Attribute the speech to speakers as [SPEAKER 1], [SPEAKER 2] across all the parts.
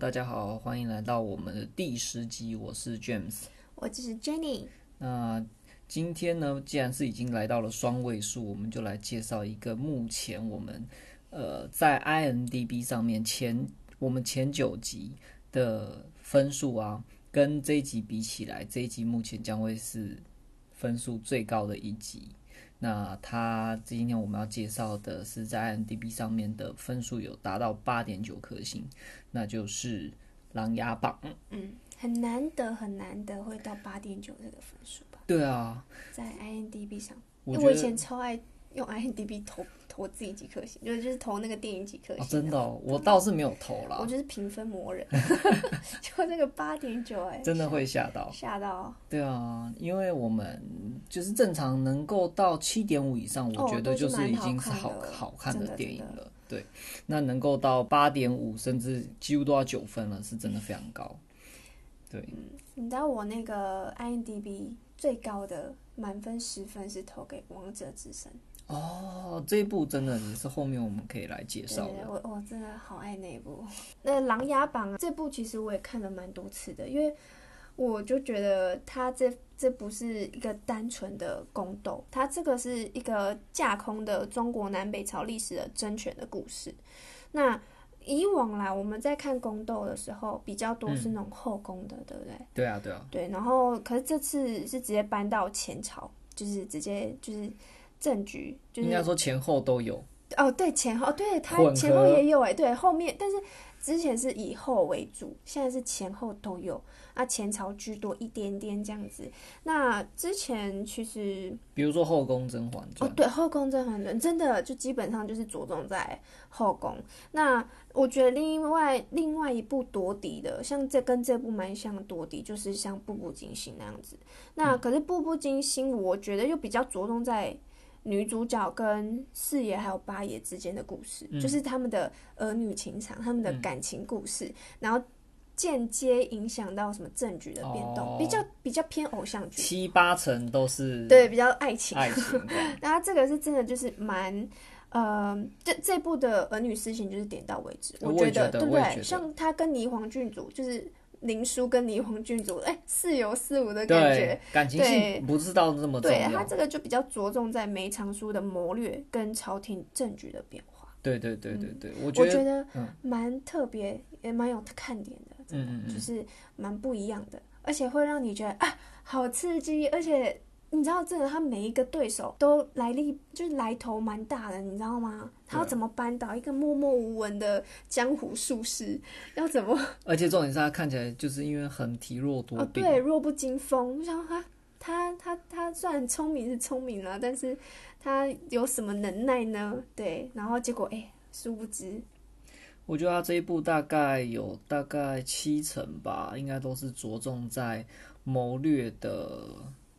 [SPEAKER 1] 大家好，欢迎来到我们的第十集，我是 James。
[SPEAKER 2] 我只是 Jenny，
[SPEAKER 1] 那今天呢，既然是已经来到了双位数，我们就来介绍一个目前我们呃在 IMDB 上面前我们前九集的分数啊，跟这一集比起来，这一集目前将会是分数最高的一集。那它今天我们要介绍的是在 IMDB 上面的分数有达到八点九颗星，那就是《琅琊榜》。
[SPEAKER 2] 嗯，很难得很难得会到八点九这个分数吧，
[SPEAKER 1] 对啊，
[SPEAKER 2] 在 INDB 上，
[SPEAKER 1] 我
[SPEAKER 2] 因
[SPEAKER 1] 觉
[SPEAKER 2] 哎为
[SPEAKER 1] 得
[SPEAKER 2] 我以前超爱用 INDB 投投自己几颗星，就是就是投那个电影几颗
[SPEAKER 1] 哦，
[SPEAKER 2] 星、
[SPEAKER 1] 真的、啊哦，我倒是没有投
[SPEAKER 2] 我
[SPEAKER 1] 啦，
[SPEAKER 2] 就是评分魔 人，就这个八点九哎，
[SPEAKER 1] 真的会吓到。
[SPEAKER 2] 吓到，
[SPEAKER 1] 对啊，因为我们就是正常能够到七点五以上，我
[SPEAKER 2] 哦
[SPEAKER 1] 觉得
[SPEAKER 2] 都
[SPEAKER 1] 就是是
[SPEAKER 2] 蛮
[SPEAKER 1] 已
[SPEAKER 2] 好
[SPEAKER 1] 经是
[SPEAKER 2] 看
[SPEAKER 1] 好
[SPEAKER 2] 的
[SPEAKER 1] 好看
[SPEAKER 2] 真
[SPEAKER 1] 的
[SPEAKER 2] 的
[SPEAKER 1] 电
[SPEAKER 2] 真
[SPEAKER 1] 影
[SPEAKER 2] 的
[SPEAKER 1] 了。对，那能够到八点五，甚至几乎都要九分了，是真的非常高。对，
[SPEAKER 2] 你知道我那个 INDB 最高的满分十分是投给《王者之声》，
[SPEAKER 1] 哦，这一部真的也是后面我们可以来介
[SPEAKER 2] 对
[SPEAKER 1] 绍
[SPEAKER 2] 对对，
[SPEAKER 1] 的。
[SPEAKER 2] 我我真的好爱那一部。那《琅琊榜》啊这部其实我也看了蛮多次的，因为我就觉得它这这不是一个单纯的宫斗，它这个是一个架空的中国南北朝历史的争权的故事。那以往啦，我们在看宫斗的时候，比较多
[SPEAKER 1] 嗯
[SPEAKER 2] 是那种后宫的，对不对？
[SPEAKER 1] 对啊，对啊，
[SPEAKER 2] 对，然后可是这次是直接搬到前朝，就是直接就是政局，就是
[SPEAKER 1] 应该说前后都有。
[SPEAKER 2] 哦，对，前后对它
[SPEAKER 1] 混
[SPEAKER 2] 前后
[SPEAKER 1] 合
[SPEAKER 2] 也有哎，对，后面但是之前是以后为主，现在是前后都有，啊，前朝居多一点点这样子。那之前其实
[SPEAKER 1] 比如说后宫甄嬛
[SPEAKER 2] 哦
[SPEAKER 1] 传，，
[SPEAKER 2] 对，后宫甄嬛传真的就基本上就是着重在后宫。那我觉得另外另外一部夺嫡的，像这跟这部蛮像的夺嫡，就是像《步步惊心》那样子。
[SPEAKER 1] 嗯
[SPEAKER 2] 那可是《步步惊心》，我觉得又比较着重在女主角跟四爷还有八爷之间的故事，
[SPEAKER 1] 嗯
[SPEAKER 2] 就是他们的儿女情长、他们的
[SPEAKER 1] 嗯
[SPEAKER 2] 感情故事，然后间接影响到什么政局的变动，
[SPEAKER 1] 哦
[SPEAKER 2] 比较比较偏偶像剧，
[SPEAKER 1] 七八成都是
[SPEAKER 2] 对，比较爱情。啊
[SPEAKER 1] 爱情这 样。
[SPEAKER 2] 那它这个是真的就是蛮，呃，这这部的儿女私情就是点到为止，
[SPEAKER 1] 我也
[SPEAKER 2] 觉
[SPEAKER 1] 觉得
[SPEAKER 2] 对不
[SPEAKER 1] 我也觉
[SPEAKER 2] 对？
[SPEAKER 1] 得
[SPEAKER 2] 像他跟霓凰郡主就是。林叔跟霓凰郡主，哎、似有似无的感
[SPEAKER 1] 对
[SPEAKER 2] 觉。，
[SPEAKER 1] 感情
[SPEAKER 2] 对
[SPEAKER 1] 戏不是到这么重
[SPEAKER 2] 对他
[SPEAKER 1] 要。
[SPEAKER 2] 这个就比较着重在梅长苏的谋略跟朝廷政局的变化，
[SPEAKER 1] 对对对对对，我
[SPEAKER 2] 我
[SPEAKER 1] 觉得
[SPEAKER 2] 觉得
[SPEAKER 1] 嗯
[SPEAKER 2] 蛮特别，也蛮有看点的，真的、
[SPEAKER 1] 嗯嗯嗯
[SPEAKER 2] 就是蛮不一样的，而且会让你觉得啊，好刺激，而且你知道，真的他每一个对手都来历就是来头蛮大的，你知道吗？他要
[SPEAKER 1] 对啊
[SPEAKER 2] 怎么扳倒一个默默无闻的江湖术士？要 怎么？
[SPEAKER 1] 而且重点是他看起来就是因为很体弱多
[SPEAKER 2] 哦，
[SPEAKER 1] 病，
[SPEAKER 2] 对，弱不禁风。我想他他他他虽然聪明是聪明了，但是他有什么能耐呢？对，然后结果哎，殊不知，
[SPEAKER 1] 我觉得他这一部大概有大概七成吧，应该都是着重在谋略的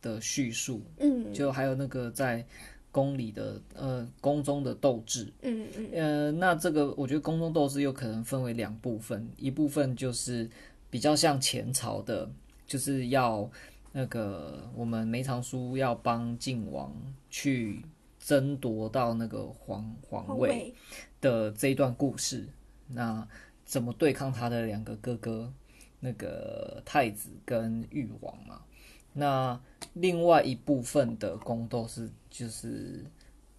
[SPEAKER 1] 的叙述，
[SPEAKER 2] 嗯
[SPEAKER 1] 就还有那个在宫里的呃宫中的斗志。
[SPEAKER 2] 嗯嗯，
[SPEAKER 1] 呃，那这个我觉得宫中斗志有可能分为两部分，一部分就是比较像前朝的，就是要那个我们梅长苏要帮晋王去争夺到那个皇皇
[SPEAKER 2] 皇
[SPEAKER 1] 位，
[SPEAKER 2] 位，
[SPEAKER 1] 的这一段故事，那怎么对抗他的两个哥哥，那个太子跟誉王嘛？那另外一部分的宫斗是就是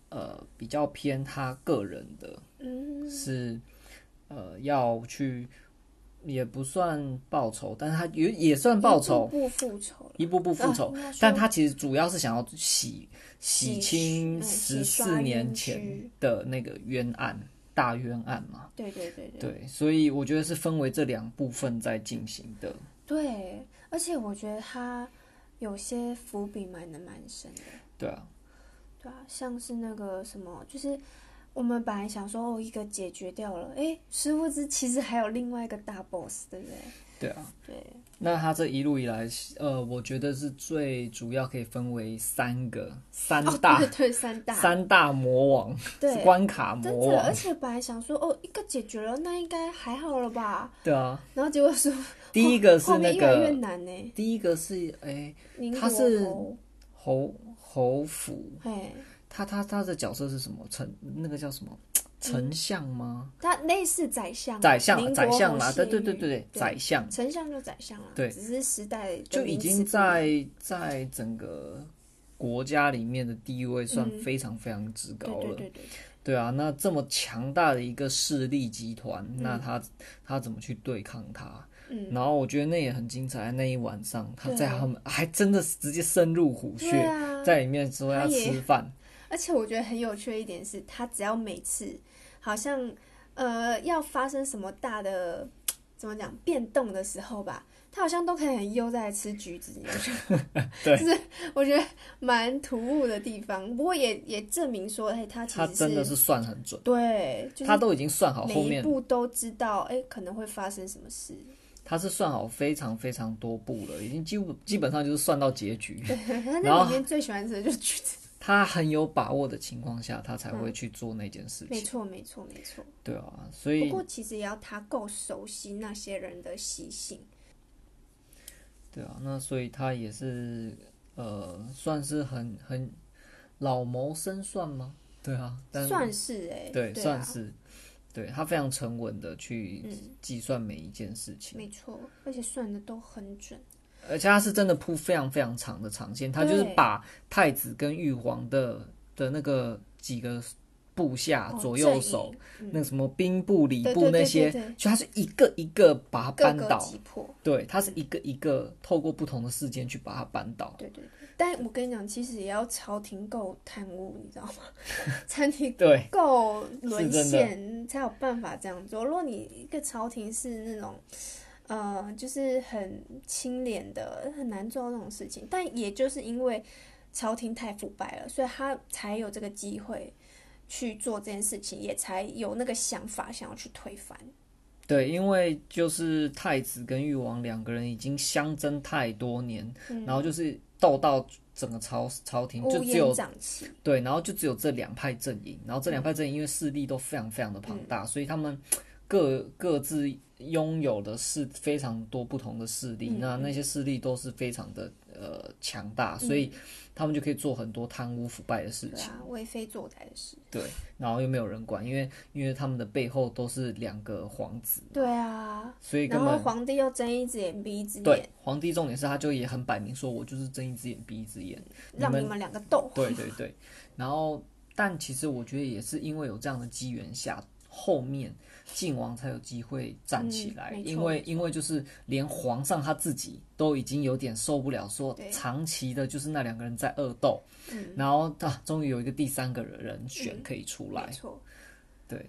[SPEAKER 1] 呃比较偏他个人的，
[SPEAKER 2] 嗯
[SPEAKER 1] 是呃要去也不算报仇，但是他也也算报仇，
[SPEAKER 2] 不复仇了，
[SPEAKER 1] 一步步复仇，
[SPEAKER 2] 嗯啊应该说
[SPEAKER 1] 但他其实主要是想要洗洗
[SPEAKER 2] 洗
[SPEAKER 1] 清
[SPEAKER 2] 嗯
[SPEAKER 1] 十四
[SPEAKER 2] 洗刷
[SPEAKER 1] 年
[SPEAKER 2] 冤
[SPEAKER 1] 前
[SPEAKER 2] 屈
[SPEAKER 1] 的那个冤案，大冤案嘛。
[SPEAKER 2] 对对对对
[SPEAKER 1] 对，所以我觉得是分为这两部分在进行的。
[SPEAKER 2] 对，而且我觉得他有些伏笔埋的蛮深的，
[SPEAKER 1] 对啊，
[SPEAKER 2] 对啊，像是那个什么，就是我们本来想说哦，一个解决掉了，哎，殊不知其实还有另外一个大 boss，对不对？
[SPEAKER 1] 对啊。
[SPEAKER 2] 对，
[SPEAKER 1] 那他这一路以来，呃，我觉得是最主要可以分为三个三
[SPEAKER 2] 哦，
[SPEAKER 1] 大、
[SPEAKER 2] 对对三大，
[SPEAKER 1] 三大魔王，
[SPEAKER 2] 对，
[SPEAKER 1] 关卡魔
[SPEAKER 2] 真的，而
[SPEAKER 1] 王。
[SPEAKER 2] 且本来想说哦，一个解决了，那应该还好了吧？
[SPEAKER 1] 对啊，
[SPEAKER 2] 然后结果说
[SPEAKER 1] 第一个是
[SPEAKER 2] 后面
[SPEAKER 1] 那
[SPEAKER 2] 越来越
[SPEAKER 1] 个，
[SPEAKER 2] 难呢，
[SPEAKER 1] 第一个是哎
[SPEAKER 2] 宁
[SPEAKER 1] 他
[SPEAKER 2] 国
[SPEAKER 1] 是
[SPEAKER 2] 侯
[SPEAKER 1] 侯侯府，
[SPEAKER 2] 嘿，
[SPEAKER 1] 他他他的角色是什么？陈那个叫什么？丞相吗？
[SPEAKER 2] 他类似宰嗯相啊，
[SPEAKER 1] 宰相，
[SPEAKER 2] 民
[SPEAKER 1] 宰
[SPEAKER 2] 国
[SPEAKER 1] 相
[SPEAKER 2] 红
[SPEAKER 1] 啦，对对对
[SPEAKER 2] 线
[SPEAKER 1] 对对，
[SPEAKER 2] 对
[SPEAKER 1] 宰相
[SPEAKER 2] 丞相就宰相了，
[SPEAKER 1] 对
[SPEAKER 2] 只是时代的
[SPEAKER 1] 就已
[SPEAKER 2] 名词
[SPEAKER 1] 经
[SPEAKER 2] 不一样
[SPEAKER 1] 在在整个国家里面的地位算
[SPEAKER 2] 嗯
[SPEAKER 1] 非常非常之高
[SPEAKER 2] 对
[SPEAKER 1] 了。
[SPEAKER 2] 对对对，
[SPEAKER 1] 对啊，那这么强大的一个势力集团，那他他怎么去对抗他？
[SPEAKER 2] 嗯，
[SPEAKER 1] 然后我觉得那也很精彩，那一晚上他
[SPEAKER 2] 对
[SPEAKER 1] 在他们还真的是直接深入虎
[SPEAKER 2] 对
[SPEAKER 1] 穴，
[SPEAKER 2] 啊，
[SPEAKER 1] 在里面说要
[SPEAKER 2] 他也
[SPEAKER 1] 吃饭，
[SPEAKER 2] 而且我觉得很有趣的一点是，他只要每次好像呃要发生什么大的怎么讲变动的时候吧，他好像都可以很悠哉地吃橘子，你有觉 得
[SPEAKER 1] 对
[SPEAKER 2] 就是我觉得蛮突兀的地方。不过也也证明说，哎、他其
[SPEAKER 1] 他
[SPEAKER 2] 实
[SPEAKER 1] 真的是算很准，
[SPEAKER 2] 对，就是
[SPEAKER 1] 他都已经算好后
[SPEAKER 2] 每一
[SPEAKER 1] 面，
[SPEAKER 2] 步都知道，哎、可能会发生什么事。
[SPEAKER 1] 他是算好非常非常多步了，已经基本基本上就是算到结局。
[SPEAKER 2] 对，他
[SPEAKER 1] 然
[SPEAKER 2] 那
[SPEAKER 1] 后
[SPEAKER 2] 里面最喜欢吃的就是橘子。
[SPEAKER 1] 他很有把握的情况下，他才会去做那件事
[SPEAKER 2] 没
[SPEAKER 1] 情，
[SPEAKER 2] 错，没错，没错。
[SPEAKER 1] 对啊，所
[SPEAKER 2] 不
[SPEAKER 1] 以
[SPEAKER 2] 过其实也要他够熟悉那些人的习性。
[SPEAKER 1] 对啊，那所以他也是呃，算是很很老谋深算吗？对啊，但
[SPEAKER 2] 算是哎、
[SPEAKER 1] 对，
[SPEAKER 2] 啊
[SPEAKER 1] 算是对他非常沉稳的去
[SPEAKER 2] 嗯
[SPEAKER 1] 计算每一件事情，
[SPEAKER 2] 没错，而且算的都很准。
[SPEAKER 1] 而且他是真的铺非常非常长的长线，他就是
[SPEAKER 2] 对
[SPEAKER 1] 把太子跟玉皇的的那个几个部下
[SPEAKER 2] 哦
[SPEAKER 1] 左右手，，
[SPEAKER 2] 阵营
[SPEAKER 1] 那个什么兵部、礼
[SPEAKER 2] 对
[SPEAKER 1] 部
[SPEAKER 2] 对对
[SPEAKER 1] 那些
[SPEAKER 2] 对对，
[SPEAKER 1] 就他是一个一个把它
[SPEAKER 2] 各
[SPEAKER 1] 扳
[SPEAKER 2] 个
[SPEAKER 1] 倒，
[SPEAKER 2] 击破。
[SPEAKER 1] 对，他是一个一个透过不同的事件去把它扳倒。
[SPEAKER 2] 对对对，但我跟你讲，其实也要朝廷够贪污，你知道吗？ 朝廷
[SPEAKER 1] 对，
[SPEAKER 2] 够
[SPEAKER 1] 哎
[SPEAKER 2] 沦
[SPEAKER 1] 是真的
[SPEAKER 2] 陷才有办法这样做。如果你一个朝廷是那种，呃，就是很清廉的，很难做到这种事情。但也就是因为朝廷太腐败了，所以他才有这个机会去做这件事情，也才有那个想法想要去推翻。
[SPEAKER 1] 对，因为就是太子跟誉王两个人已经相争太多年，
[SPEAKER 2] 嗯
[SPEAKER 1] 然后就是斗到整个朝朝廷嗯就
[SPEAKER 2] 乌
[SPEAKER 1] 只
[SPEAKER 2] 烟
[SPEAKER 1] 有
[SPEAKER 2] 瘴气，
[SPEAKER 1] 对，然后就只有这两派阵营，然后
[SPEAKER 2] 嗯
[SPEAKER 1] 这两派阵营因为势力都非常非常的庞大，所以他们各各自拥有的是非常多不同的势力，
[SPEAKER 2] 嗯
[SPEAKER 1] 那
[SPEAKER 2] 嗯
[SPEAKER 1] 那些势力都是非常的呃强大，所以他们就可以做很多贪污腐败的事
[SPEAKER 2] 嗯对
[SPEAKER 1] 情。
[SPEAKER 2] 啊，为非作歹的事。
[SPEAKER 1] 对，然后又没有人管，因为因为他们的背后都是两个皇子，
[SPEAKER 2] 对啊，
[SPEAKER 1] 所以根
[SPEAKER 2] 然后
[SPEAKER 1] 本
[SPEAKER 2] 皇帝又睁一只眼闭一只
[SPEAKER 1] 对
[SPEAKER 2] 眼，，
[SPEAKER 1] 皇帝重点是他就也很摆明说，我就是睁一只眼闭一只眼。你
[SPEAKER 2] 让
[SPEAKER 1] 们
[SPEAKER 2] 你们两个斗。
[SPEAKER 1] 对对对，然后但其实我觉得也是因为有这样的机缘下，后面晋王才有机会站起
[SPEAKER 2] 嗯
[SPEAKER 1] 来，
[SPEAKER 2] 没错
[SPEAKER 1] 因为因为就是连皇上他自己都已经有点受不了，说
[SPEAKER 2] 对
[SPEAKER 1] 长期的就是那两个人在恶斗，
[SPEAKER 2] 嗯，
[SPEAKER 1] 然后啊，终于有一个第三个人选
[SPEAKER 2] 嗯
[SPEAKER 1] 可以出来，
[SPEAKER 2] 没错，
[SPEAKER 1] 对。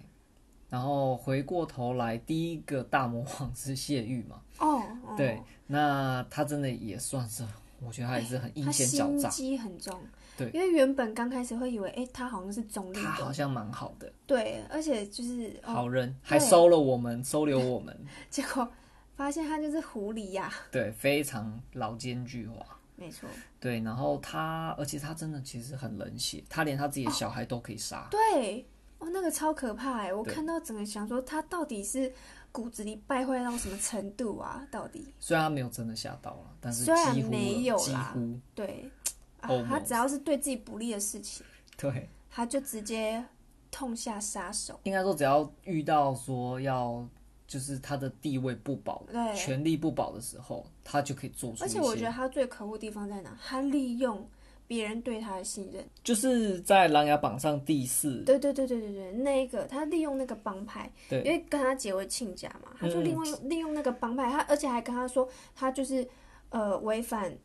[SPEAKER 1] 然后回过头来，第一个大魔王是谢玉嘛，
[SPEAKER 2] 哦，哦
[SPEAKER 1] 对，那他真的也算是，我觉得他也是很阴
[SPEAKER 2] 哎他
[SPEAKER 1] 险狡
[SPEAKER 2] 心
[SPEAKER 1] 诈，
[SPEAKER 2] 机很重，
[SPEAKER 1] 对
[SPEAKER 2] 因为原本刚开始会以为，哎、他好像是中立
[SPEAKER 1] 他好
[SPEAKER 2] 的，
[SPEAKER 1] 像蛮好的，
[SPEAKER 2] 对，而且就是哦，
[SPEAKER 1] 好人，还
[SPEAKER 2] 对
[SPEAKER 1] 收了我们，收留我们，
[SPEAKER 2] 结果发现他就是狐狸呀、
[SPEAKER 1] 对，非常老奸巨猾。
[SPEAKER 2] 没错，
[SPEAKER 1] 对，然后他，而且他真的其实很冷血，他连他自己
[SPEAKER 2] 哦
[SPEAKER 1] 的小孩都可以杀。
[SPEAKER 2] 对，哦，那个超可怕哎、我
[SPEAKER 1] 对
[SPEAKER 2] 看到整个想说他到底是骨子里败坏到什么程度啊？到底
[SPEAKER 1] 虽然他没有真的吓到了，但是
[SPEAKER 2] 虽然
[SPEAKER 1] 几乎了
[SPEAKER 2] 没有
[SPEAKER 1] 几
[SPEAKER 2] 啦
[SPEAKER 1] 乎
[SPEAKER 2] 对啊
[SPEAKER 1] Almost，
[SPEAKER 2] 他只要是对自己不利的事情，
[SPEAKER 1] 对，
[SPEAKER 2] 他就直接痛下杀手，
[SPEAKER 1] 应该说只要遇到说要就是他的地位不保、
[SPEAKER 2] 对，
[SPEAKER 1] 权力不保的时候，他就可以做出
[SPEAKER 2] 而
[SPEAKER 1] 一
[SPEAKER 2] 且我觉得
[SPEAKER 1] 些。
[SPEAKER 2] 他最可恶的地方在哪？他利用别人对他的信任。
[SPEAKER 1] 就是在《琅琊榜》上第四，
[SPEAKER 2] 对对对对对对，那一个他利用那个帮派，
[SPEAKER 1] 对嗯
[SPEAKER 2] 因为跟他结为亲家嘛，他就利用、利用那个帮派，他而且还跟他说他就是呃违反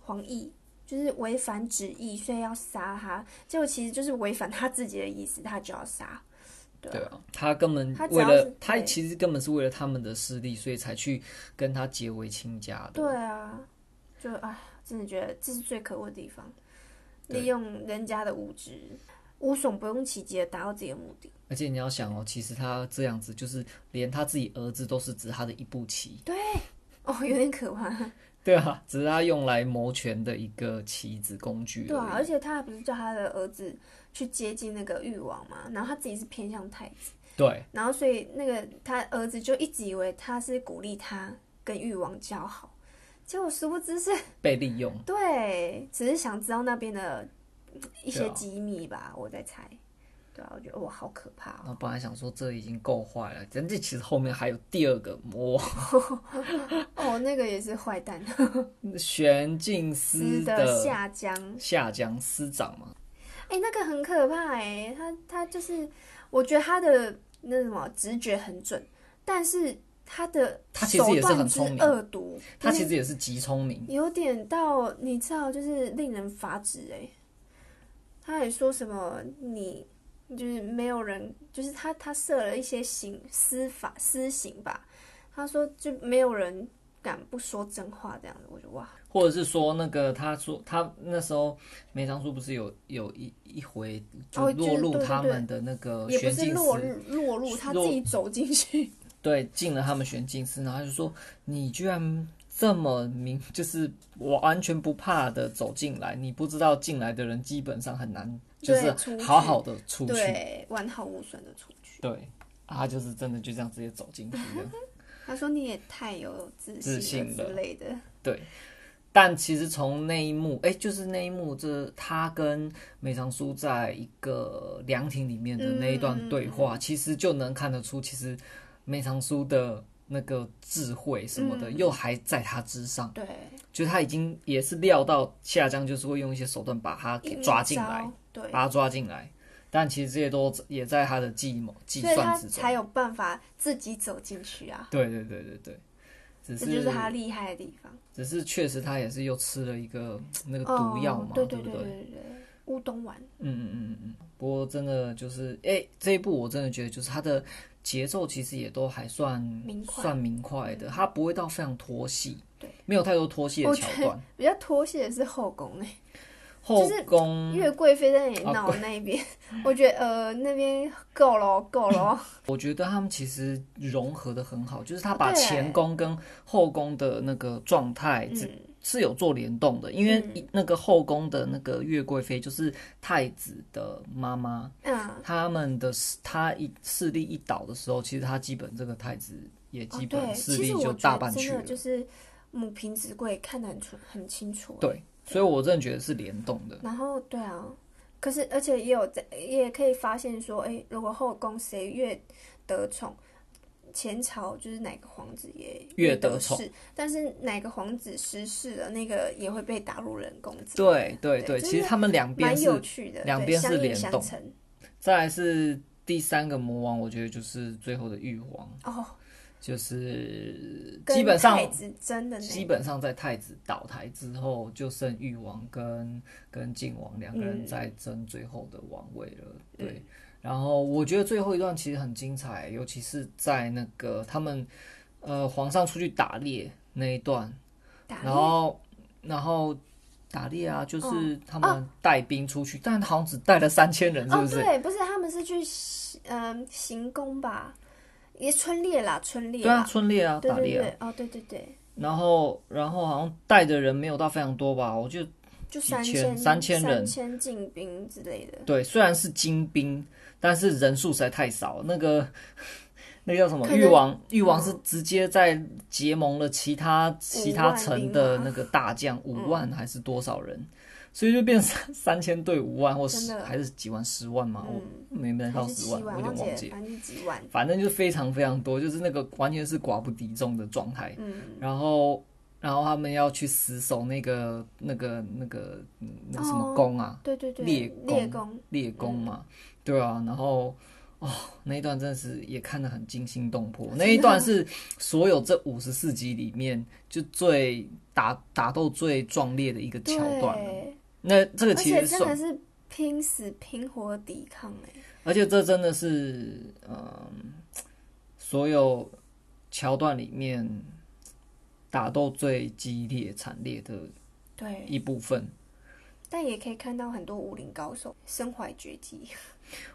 [SPEAKER 2] 皇意，就是违反旨意，所以要杀他。结果其实就是违反他自己的意思，他就要杀。对
[SPEAKER 1] 对
[SPEAKER 2] 啊
[SPEAKER 1] 啊，他根本
[SPEAKER 2] 他只
[SPEAKER 1] 为
[SPEAKER 2] 要
[SPEAKER 1] 了
[SPEAKER 2] 是
[SPEAKER 1] 他
[SPEAKER 2] 对
[SPEAKER 1] 其实根本是为了他们的势力，所以才去跟他结为亲家的。
[SPEAKER 2] 对啊，就哎，真的觉得这是最可恶的地方，
[SPEAKER 1] 对
[SPEAKER 2] 利用人家的无知，无所不用其极的达到自己的目的。
[SPEAKER 1] 而且你要想哦，其实他这样子就是连他自己儿子都是指他的一步棋，
[SPEAKER 2] 哦，有点可怕。
[SPEAKER 1] 对啊，只是他用来谋权的一个棋子工具
[SPEAKER 2] 对啊，
[SPEAKER 1] 而
[SPEAKER 2] 而
[SPEAKER 1] 已。
[SPEAKER 2] 且他还不是叫他的儿子去接近那个誉王嘛，然后他自己是偏向太子，
[SPEAKER 1] 对
[SPEAKER 2] 然后所以那个他儿子就一直以为他是鼓励他跟誉王交好，结果殊不知是，
[SPEAKER 1] 被利用
[SPEAKER 2] 对，只是想知道那边的一
[SPEAKER 1] 对
[SPEAKER 2] 些
[SPEAKER 1] 啊
[SPEAKER 2] 机密吧，我在猜。对啊，我觉得哇，好可怕哦、
[SPEAKER 1] 然后本来想说这已经够坏了，但这其实后面还有第二个魔，
[SPEAKER 2] 哦，那个也是坏 蛋，
[SPEAKER 1] 玄镜司
[SPEAKER 2] 吃的下江，
[SPEAKER 1] 下江司长嘛，
[SPEAKER 2] 哎、那个很可怕哎、他他就是，我觉得他的那什么直觉很准，但是他的
[SPEAKER 1] 他其实也是很聪明
[SPEAKER 2] 手段之恶毒，
[SPEAKER 1] 他其实也是极聪明，
[SPEAKER 2] 有点到你知道，就是令人发指哎、他还说什么你就是没有人，就是他他设了一些刑司法私刑吧，他说就没有人敢不说真话这样子，我就哇，
[SPEAKER 1] 或者是说那个他说他那时候梅长苏不是有有一一回就
[SPEAKER 2] 哦就
[SPEAKER 1] 落入
[SPEAKER 2] 对对
[SPEAKER 1] 他
[SPEAKER 2] 对
[SPEAKER 1] 们的那个
[SPEAKER 2] 也不
[SPEAKER 1] 呃玄
[SPEAKER 2] 是
[SPEAKER 1] 镜
[SPEAKER 2] 落
[SPEAKER 1] 司，
[SPEAKER 2] 入落入，他自
[SPEAKER 1] 落
[SPEAKER 2] 己走进去，
[SPEAKER 1] 对，进了他们玄镜司，然后他就说：“你居然这么明， 就是我完全不怕的走进来，你不知道进来的人基本上很难，就
[SPEAKER 2] 对
[SPEAKER 1] 是
[SPEAKER 2] 出去
[SPEAKER 1] 好好的出去。
[SPEAKER 2] 对，完好无损的出去。
[SPEAKER 1] 对”啊，他就是真的就这样直接走进去了。
[SPEAKER 2] 他说你也太有自
[SPEAKER 1] 自
[SPEAKER 2] 信
[SPEAKER 1] 信了
[SPEAKER 2] 之类的，
[SPEAKER 1] 对，但其实从那一幕，哎，就是那一幕，这他跟梅长苏在一个凉亭里面的那一段对
[SPEAKER 2] 嗯
[SPEAKER 1] 话，其实就能看得出，其实梅长苏的那个智慧什么的，
[SPEAKER 2] 嗯
[SPEAKER 1] 又还在他之上。
[SPEAKER 2] 对，
[SPEAKER 1] 就他已经也是料到夏江就是会用一些手段把他给抓进来
[SPEAKER 2] 一，招，对，
[SPEAKER 1] 把他抓进来。但其实这些都也在他的计谋计
[SPEAKER 2] 所以他
[SPEAKER 1] 算之中
[SPEAKER 2] 才。有办法自己走进去啊，
[SPEAKER 1] 对对对对对，只
[SPEAKER 2] 这就是是他厉害的地方。
[SPEAKER 1] 只是确实他也是又吃了一个嗯那个毒药嘛
[SPEAKER 2] 哦，，对
[SPEAKER 1] 对
[SPEAKER 2] 对
[SPEAKER 1] 不
[SPEAKER 2] 对？对对，乌冬丸，
[SPEAKER 1] 嗯嗯嗯嗯嗯。不过真的就是，哎、这一部我真的觉得就是他的节奏其实也都还算
[SPEAKER 2] 明快嗯
[SPEAKER 1] 算明快的，他不会到非常拖戏，
[SPEAKER 2] 对，
[SPEAKER 1] 没有太多拖戏的
[SPEAKER 2] 我
[SPEAKER 1] 桥
[SPEAKER 2] 觉得
[SPEAKER 1] 段。
[SPEAKER 2] 比较拖戏的是后宫哎、
[SPEAKER 1] 后
[SPEAKER 2] 就是
[SPEAKER 1] 宫
[SPEAKER 2] 月贵妃在那里
[SPEAKER 1] 嗯哦
[SPEAKER 2] 闹那一边， 我觉得呃那边够了够 了，
[SPEAKER 1] 我觉得他们其实融合的很好，就是他把
[SPEAKER 2] 哦对
[SPEAKER 1] 前宫跟后宫的那个状态是、
[SPEAKER 2] 嗯
[SPEAKER 1] 是有做联动的，因为
[SPEAKER 2] 嗯
[SPEAKER 1] 一那个后宫的那个月贵妃就是太子的妈妈，
[SPEAKER 2] 嗯，
[SPEAKER 1] 他们的势他一势力一倒的时候，其实他基本这个太子也
[SPEAKER 2] 哦
[SPEAKER 1] 基
[SPEAKER 2] 对，
[SPEAKER 1] 本势
[SPEAKER 2] 其
[SPEAKER 1] 力
[SPEAKER 2] 实
[SPEAKER 1] 就
[SPEAKER 2] 我
[SPEAKER 1] 大
[SPEAKER 2] 觉
[SPEAKER 1] 半
[SPEAKER 2] 得
[SPEAKER 1] 去
[SPEAKER 2] 真
[SPEAKER 1] 了
[SPEAKER 2] 的，就是母凭子贵看得很出很清楚、啊
[SPEAKER 1] 对，所以我真的觉得是联动的，
[SPEAKER 2] 然后对啊，可是而且也有在，也可以发现说，哎，如果后宫谁越得宠，前朝就是哪个皇子也
[SPEAKER 1] 越得
[SPEAKER 2] 得
[SPEAKER 1] 宠
[SPEAKER 2] 势，但是哪个皇子失势了，那个也会被打入冷宫之类的。
[SPEAKER 1] 对对
[SPEAKER 2] 对
[SPEAKER 1] 对，
[SPEAKER 2] 真
[SPEAKER 1] 其实
[SPEAKER 2] 的
[SPEAKER 1] 他们两边
[SPEAKER 2] 蛮
[SPEAKER 1] 是
[SPEAKER 2] 有趣的，
[SPEAKER 1] 两
[SPEAKER 2] 对
[SPEAKER 1] 边是
[SPEAKER 2] 相映
[SPEAKER 1] 联
[SPEAKER 2] 相
[SPEAKER 1] 动
[SPEAKER 2] 成
[SPEAKER 1] 再来是第三个魔王，我觉得就是最后的玉皇，
[SPEAKER 2] 哦，
[SPEAKER 1] 就是
[SPEAKER 2] 跟
[SPEAKER 1] 基本上
[SPEAKER 2] 太子真的那
[SPEAKER 1] 基本上在太子倒台之后，就剩誉王跟跟靖王两个人
[SPEAKER 2] 嗯
[SPEAKER 1] 在争最后的王位了。
[SPEAKER 2] 嗯
[SPEAKER 1] 对，然后我觉得最后一段其实很精彩，尤其是在那个他们呃皇上出去打猎那一段，
[SPEAKER 2] 打
[SPEAKER 1] 然
[SPEAKER 2] 猎
[SPEAKER 1] 后然后打猎啊，就是
[SPEAKER 2] 哦
[SPEAKER 1] 他们带兵出去，但好像只带了三千人，是
[SPEAKER 2] 哦
[SPEAKER 1] 不，是？
[SPEAKER 2] 对，不是他们是去嗯、行宫吧，也春猎啦，春猎
[SPEAKER 1] 对啊，
[SPEAKER 2] 啦，
[SPEAKER 1] 春猎啊，
[SPEAKER 2] 对
[SPEAKER 1] 打
[SPEAKER 2] 对
[SPEAKER 1] 猎啊，
[SPEAKER 2] 对，哦对对对，
[SPEAKER 1] 然后然后好像带的人没有到非常多吧，我就几
[SPEAKER 2] 就三
[SPEAKER 1] 千
[SPEAKER 2] 千
[SPEAKER 1] 三千人
[SPEAKER 2] 三千进兵之类的。
[SPEAKER 1] 对，虽然是精兵，但是人数实在太少。那个那个叫什么
[SPEAKER 2] 可能嗯
[SPEAKER 1] 誉王，誉王是直接在结盟了其他其他城的那个大将
[SPEAKER 2] 嗯
[SPEAKER 1] 五万还是多少人，所以就变三三千对五万或十
[SPEAKER 2] 真的
[SPEAKER 1] 还是几万十万嘛，
[SPEAKER 2] 嗯，
[SPEAKER 1] 啊我没没
[SPEAKER 2] 还
[SPEAKER 1] 到
[SPEAKER 2] 是
[SPEAKER 1] 十
[SPEAKER 2] 七
[SPEAKER 1] 万，我有点忘
[SPEAKER 2] 忘
[SPEAKER 1] 记
[SPEAKER 2] 记
[SPEAKER 1] 了，
[SPEAKER 2] 了，反正几万。
[SPEAKER 1] 反正就非常非常多，就是那个完全是寡不敌众的状态。
[SPEAKER 2] 嗯，
[SPEAKER 1] 然后。然后他们要去死守那个、那个、那个、嗯那个什么
[SPEAKER 2] 哦
[SPEAKER 1] 宫啊，
[SPEAKER 2] 对对对，
[SPEAKER 1] 猎
[SPEAKER 2] 猎
[SPEAKER 1] 弓
[SPEAKER 2] 弓，
[SPEAKER 1] 猎弓嘛，
[SPEAKER 2] 嗯
[SPEAKER 1] 对啊，然后哦，那一段真的是也看得很惊心动魄。那一段是所有这五十四集里面就最打打斗最壮烈的一个桥段了。
[SPEAKER 2] 对，
[SPEAKER 1] 那这个
[SPEAKER 2] 而
[SPEAKER 1] 其
[SPEAKER 2] 且
[SPEAKER 1] 实
[SPEAKER 2] 真
[SPEAKER 1] 算，
[SPEAKER 2] 的是拼死拼活抵抗哎，
[SPEAKER 1] 而且这真的是嗯，所有桥段里面打斗最激烈惨烈的
[SPEAKER 2] 对，
[SPEAKER 1] 一部分。
[SPEAKER 2] 但也可以看到很多武林高手身怀绝技，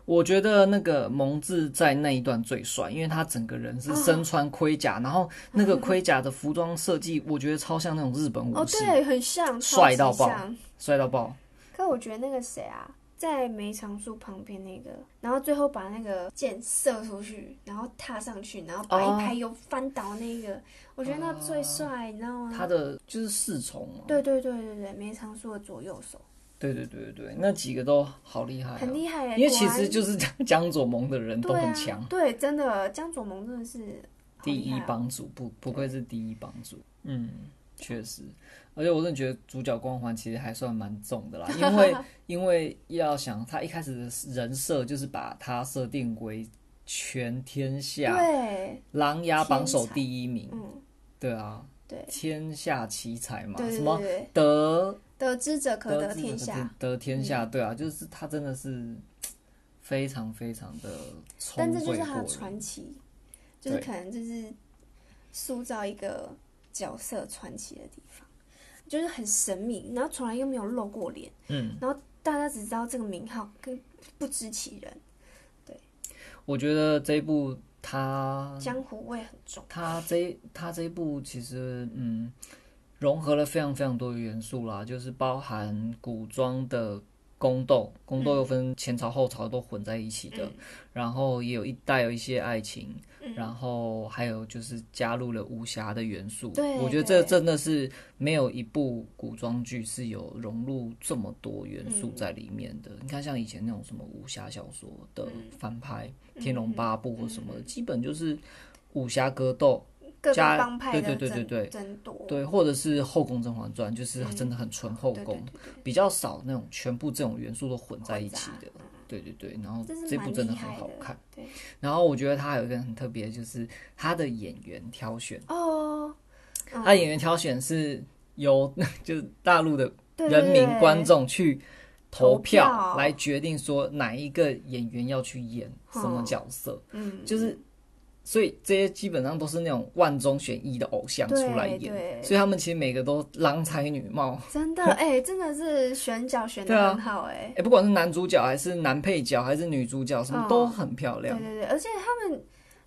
[SPEAKER 1] 我觉得那个蒙自在那一段最帅，因为他整个人是身穿盔甲，然后那个盔甲的服装设计，我觉得超像那种日本
[SPEAKER 2] 哦，
[SPEAKER 1] 武士，
[SPEAKER 2] 对，很像，
[SPEAKER 1] 帅
[SPEAKER 2] 超
[SPEAKER 1] 到
[SPEAKER 2] 级
[SPEAKER 1] 爆
[SPEAKER 2] 像
[SPEAKER 1] 帅到爆。
[SPEAKER 2] 可我觉得那个谁啊，在梅长苏旁边那个，然后最后把那个箭射出去，然后踏上去，然后把
[SPEAKER 1] 哦
[SPEAKER 2] 一排油翻倒那个，我觉得那最帅，你知道吗？
[SPEAKER 1] 他的就是侍从嘛，啊
[SPEAKER 2] 对对对对对，梅长苏的左右手，
[SPEAKER 1] 对对对对对，那几个都好厉害、啊，
[SPEAKER 2] 很厉害耶。
[SPEAKER 1] 因为其实
[SPEAKER 2] 果
[SPEAKER 1] 就是江 左盟的人
[SPEAKER 2] 然
[SPEAKER 1] 都
[SPEAKER 2] 对啊
[SPEAKER 1] 很强，
[SPEAKER 2] 对，真的江左盟真的是好
[SPEAKER 1] 第
[SPEAKER 2] 厉
[SPEAKER 1] 一
[SPEAKER 2] 害哦
[SPEAKER 1] 帮主不不愧是第一帮主，嗯，确实，而且我真的觉得主角光环其实还算蛮重 的啦，因为因为要想他一开始的人设就是把他设定为全天下
[SPEAKER 2] 对，
[SPEAKER 1] 琅琊榜首
[SPEAKER 2] 天才
[SPEAKER 1] 第一名，
[SPEAKER 2] 嗯，
[SPEAKER 1] 对啊，
[SPEAKER 2] 对，
[SPEAKER 1] 天下奇才嘛，
[SPEAKER 2] 对
[SPEAKER 1] 什
[SPEAKER 2] 对
[SPEAKER 1] 么
[SPEAKER 2] 对对，
[SPEAKER 1] 德
[SPEAKER 2] 得之者可
[SPEAKER 1] 得
[SPEAKER 2] 得
[SPEAKER 1] 之
[SPEAKER 2] 天
[SPEAKER 1] 者
[SPEAKER 2] 下。嗯
[SPEAKER 1] 得天下，对啊，就是他真的是非常非常的聪
[SPEAKER 2] 但这
[SPEAKER 1] 慧
[SPEAKER 2] 就
[SPEAKER 1] 过
[SPEAKER 2] 是他的
[SPEAKER 1] 人，
[SPEAKER 2] 传奇，就是
[SPEAKER 1] 对
[SPEAKER 2] 可能就是塑造一个角色传奇的地方，就是很神秘，然后从来又没有露过脸，
[SPEAKER 1] 嗯，
[SPEAKER 2] 大家只知道这个名号，跟不知其人，
[SPEAKER 1] 我觉得这一部他
[SPEAKER 2] 江湖味很重。
[SPEAKER 1] 他这一他这一部其实嗯，融合了非常非常多的元素啦，就是包含古装的宫斗，宫斗又分前朝后朝都混在一起的，
[SPEAKER 2] 嗯
[SPEAKER 1] 然后也有一带有一些爱情，
[SPEAKER 2] 嗯
[SPEAKER 1] 然后还有就是加入了武侠的元素。
[SPEAKER 2] 对
[SPEAKER 1] 我觉得这
[SPEAKER 2] 对
[SPEAKER 1] 真的是没有一部古装剧是有融入这么多元
[SPEAKER 2] 嗯
[SPEAKER 1] 素在里面的。你看，像以前那种什么武侠小说的
[SPEAKER 2] 嗯
[SPEAKER 1] 翻拍，天龙八部》或什么的，基本就是武侠格斗，
[SPEAKER 2] 各个
[SPEAKER 1] 加
[SPEAKER 2] 帮派的
[SPEAKER 1] 对
[SPEAKER 2] 争
[SPEAKER 1] 对对对对
[SPEAKER 2] 争夺，
[SPEAKER 1] 对，或者是后宫《甄嬛传》，就是真的很纯后
[SPEAKER 2] 嗯对对
[SPEAKER 1] 宫，
[SPEAKER 2] 对对
[SPEAKER 1] 比较少那种全部这种元素都混在一起
[SPEAKER 2] 混
[SPEAKER 1] 的
[SPEAKER 2] 杂。嗯
[SPEAKER 1] 对对对，然后
[SPEAKER 2] 这是
[SPEAKER 1] 这部
[SPEAKER 2] 蛮
[SPEAKER 1] 真
[SPEAKER 2] 厉
[SPEAKER 1] 的很
[SPEAKER 2] 害
[SPEAKER 1] 好
[SPEAKER 2] 的
[SPEAKER 1] 看。
[SPEAKER 2] 对
[SPEAKER 1] 然后我觉得他还有一个很特别，就是他的演员挑选。
[SPEAKER 2] 哦，嗯
[SPEAKER 1] 他演员挑选是由 就是大陆的
[SPEAKER 2] 对
[SPEAKER 1] 人民观，
[SPEAKER 2] 对对
[SPEAKER 1] 众去投
[SPEAKER 2] 投
[SPEAKER 1] 票
[SPEAKER 2] 票
[SPEAKER 1] 来决定说哪一个演员要去演什么
[SPEAKER 2] 嗯
[SPEAKER 1] 角色，
[SPEAKER 2] 嗯，
[SPEAKER 1] 就是所以这些基本上都是那种万中选一的偶像
[SPEAKER 2] 对
[SPEAKER 1] 出来
[SPEAKER 2] 对
[SPEAKER 1] 演，所以他们其实每个都郎才女貌。
[SPEAKER 2] 真的哎、真的是选角选
[SPEAKER 1] 对啊
[SPEAKER 2] 的很好哎、
[SPEAKER 1] 哎、不管是男主角还是男配角还是女主角，什么
[SPEAKER 2] 嗯
[SPEAKER 1] 都很漂亮
[SPEAKER 2] 对。对对，而且他们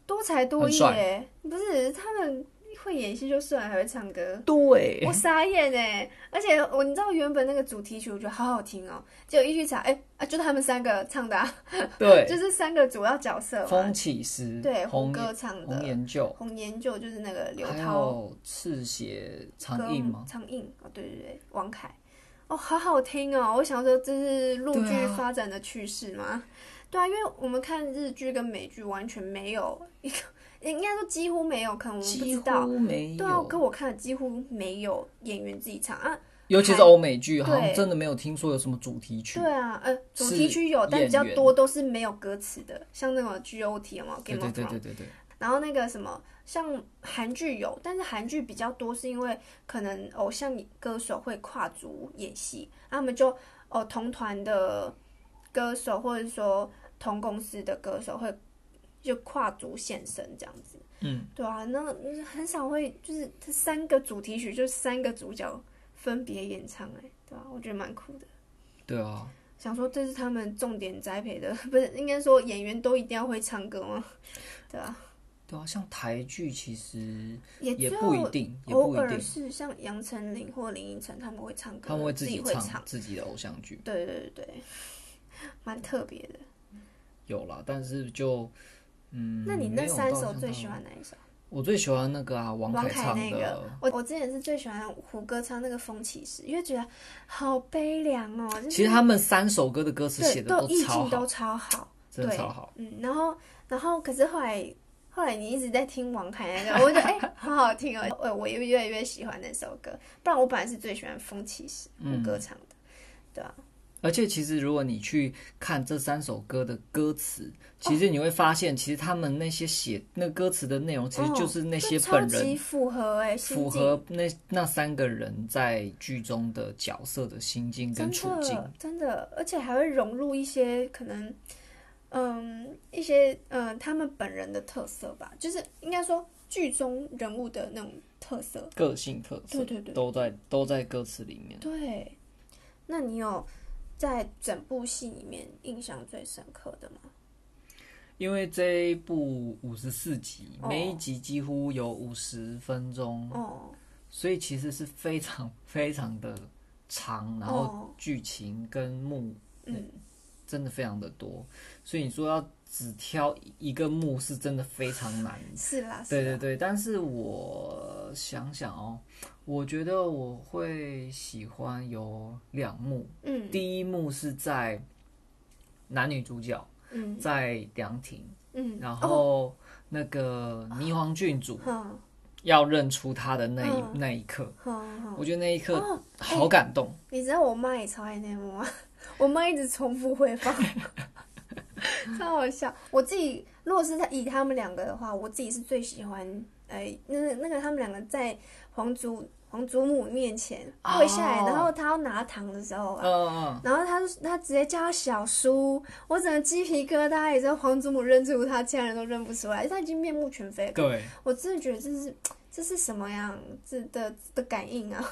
[SPEAKER 2] 多才多
[SPEAKER 1] 很
[SPEAKER 2] 艺
[SPEAKER 1] 帅
[SPEAKER 2] 耶，不是他们会演戏就算，还会唱歌。
[SPEAKER 1] 对
[SPEAKER 2] 我傻眼哎！而且我你知道原本那个主题曲我觉得好好听哦，结果一去查，哎、啊，就是他们三个唱的、啊， 就
[SPEAKER 1] 对，
[SPEAKER 2] 是三个主要角色嘛
[SPEAKER 1] 风，起时，
[SPEAKER 2] 对，胡
[SPEAKER 1] 红
[SPEAKER 2] 歌唱
[SPEAKER 1] 红
[SPEAKER 2] 的，
[SPEAKER 1] 颜旧，
[SPEAKER 2] 红颜旧就是那个刘
[SPEAKER 1] 还
[SPEAKER 2] 涛
[SPEAKER 1] 有赤血长
[SPEAKER 2] 跟
[SPEAKER 1] 印吗？
[SPEAKER 2] 苍蝇哦，对对对，王凯，哦，好好听哦！我想说这是陆
[SPEAKER 1] 对
[SPEAKER 2] 剧
[SPEAKER 1] 啊
[SPEAKER 2] 发展的趋势吗？对啊，因为我们看日剧跟美剧完全没有一个，应该说几乎没有，可能我们嗯不
[SPEAKER 1] 几
[SPEAKER 2] 知道。
[SPEAKER 1] 乎没有。
[SPEAKER 2] 对啊，跟我看的几乎没有演员自己唱啊。
[SPEAKER 1] 尤其是欧美剧，
[SPEAKER 2] 对
[SPEAKER 1] 好像真的没有听说有什么主题曲。
[SPEAKER 2] 对啊，呃，主
[SPEAKER 1] 是
[SPEAKER 2] 题曲有，但比较
[SPEAKER 1] 演员
[SPEAKER 2] 多都是没有歌词的，像那种 GOT 有没有
[SPEAKER 1] 对对
[SPEAKER 2] Game of t h r o
[SPEAKER 1] 对
[SPEAKER 2] n e
[SPEAKER 1] 对对对，
[SPEAKER 2] 然后那个什么，像韩剧有，但是韩剧比较多是因为可能偶像歌手会跨足演戏，他们就哦同团的歌手或者说同公司的歌手会就跨足现身这样子。
[SPEAKER 1] 嗯，
[SPEAKER 2] 对啊，那嗯很少会就是这三个主题曲，就是三个主角分别演唱、欸，哎，对啊，我觉得蛮酷的。
[SPEAKER 1] 对啊，
[SPEAKER 2] 想说这是他们重点栽培的， 不是应该说演员都一定要会唱歌吗？对啊，
[SPEAKER 1] 对啊，像台剧其实
[SPEAKER 2] 也只
[SPEAKER 1] 也
[SPEAKER 2] 有
[SPEAKER 1] 不一定，也
[SPEAKER 2] 偶
[SPEAKER 1] 不一
[SPEAKER 2] 尔
[SPEAKER 1] 定，
[SPEAKER 2] 是像杨丞琳或林依晨他们会唱歌，
[SPEAKER 1] 他们会
[SPEAKER 2] 自
[SPEAKER 1] 己
[SPEAKER 2] 会
[SPEAKER 1] 唱自己的偶像剧，
[SPEAKER 2] 对对对对，蛮特别的。
[SPEAKER 1] 有啦，但是就嗯，
[SPEAKER 2] 那你那
[SPEAKER 1] 没有
[SPEAKER 2] 三
[SPEAKER 1] 到
[SPEAKER 2] 首
[SPEAKER 1] 像
[SPEAKER 2] 最
[SPEAKER 1] 他
[SPEAKER 2] 喜
[SPEAKER 1] 们？
[SPEAKER 2] 欢哪一首？
[SPEAKER 1] 我最喜欢那个啊，王
[SPEAKER 2] 王
[SPEAKER 1] 凯
[SPEAKER 2] 凯
[SPEAKER 1] 唱
[SPEAKER 2] 那个
[SPEAKER 1] 的。，
[SPEAKER 2] 我我之前是最喜欢胡歌唱那个《风起时》，因为觉得好悲凉哦。就是、
[SPEAKER 1] 其实他们三首歌的歌词写
[SPEAKER 2] 对
[SPEAKER 1] 的
[SPEAKER 2] 都意
[SPEAKER 1] 超
[SPEAKER 2] 境都
[SPEAKER 1] 好，
[SPEAKER 2] 超好，
[SPEAKER 1] 真的
[SPEAKER 2] 对
[SPEAKER 1] 超好。
[SPEAKER 2] 嗯，然后然后可是后来。后来你一直在听王凯那个，我就觉得哎、 好好听哦，呃，我也越来越喜欢那首歌。不然我本来是最喜欢《风起时》，胡歌唱的，
[SPEAKER 1] 嗯
[SPEAKER 2] 对啊，
[SPEAKER 1] 而且其实如果你去看这三首歌的歌词，其实你会发现，其实他们那些写那歌词的内容，其实就是那些
[SPEAKER 2] 就超
[SPEAKER 1] 本人
[SPEAKER 2] 级符合哎、心
[SPEAKER 1] 符
[SPEAKER 2] 境
[SPEAKER 1] 合那那三个人在剧中的角色的心境跟
[SPEAKER 2] 真
[SPEAKER 1] 处境。
[SPEAKER 2] 的真的，而且还会融入一些可能，嗯，一些嗯他们本人的特色吧，就是应该说剧中人物的那种特色。
[SPEAKER 1] 个性特色，
[SPEAKER 2] 对对对
[SPEAKER 1] 都在都在歌词里面。
[SPEAKER 2] 对，那你有在整部戏里面印象最深刻的吗？
[SPEAKER 1] 因为这一部五十四集，
[SPEAKER 2] 哦
[SPEAKER 1] 每一集几乎有五十分钟，
[SPEAKER 2] 哦，
[SPEAKER 1] 所以其实是非常非常的长，然后
[SPEAKER 2] 哦，
[SPEAKER 1] 剧情跟幕
[SPEAKER 2] 嗯，
[SPEAKER 1] 真的非常的多，所以你说要只挑一个幕是真的非常难。
[SPEAKER 2] 是啊啦，
[SPEAKER 1] 对
[SPEAKER 2] 是
[SPEAKER 1] 对
[SPEAKER 2] 啦，
[SPEAKER 1] 对，但是我想想哦，我觉得我会喜欢有两幕，
[SPEAKER 2] 嗯
[SPEAKER 1] 第一幕是在男女主角
[SPEAKER 2] 嗯
[SPEAKER 1] 在凉亭，
[SPEAKER 2] 嗯，
[SPEAKER 1] 然
[SPEAKER 2] 哦
[SPEAKER 1] 后那个霓凰郡主
[SPEAKER 2] 哼
[SPEAKER 1] 要认出他的那一
[SPEAKER 2] 嗯
[SPEAKER 1] 那一刻，
[SPEAKER 2] 哼哼，
[SPEAKER 1] 我觉得那一刻
[SPEAKER 2] 哦
[SPEAKER 1] 好感动。
[SPEAKER 2] 你知道我妈也超爱那幕吗？ 我妈一直重复回放， 超好笑。我自己如果是在以他们两个的话，我自己是最喜欢，哎，那个那个他们两个在皇族皇祖母面前
[SPEAKER 1] 哦
[SPEAKER 2] 跪下来，然后他要拿糖的时候啊。
[SPEAKER 1] 嗯嗯
[SPEAKER 2] 然后他就他直接叫他小叔，我整个鸡皮疙瘩，也知道皇祖母认出他，其他人都认不出来，他已经面目全非
[SPEAKER 1] 嗯，。对，
[SPEAKER 2] 我真的觉得这是这是什么样子的的感应啊？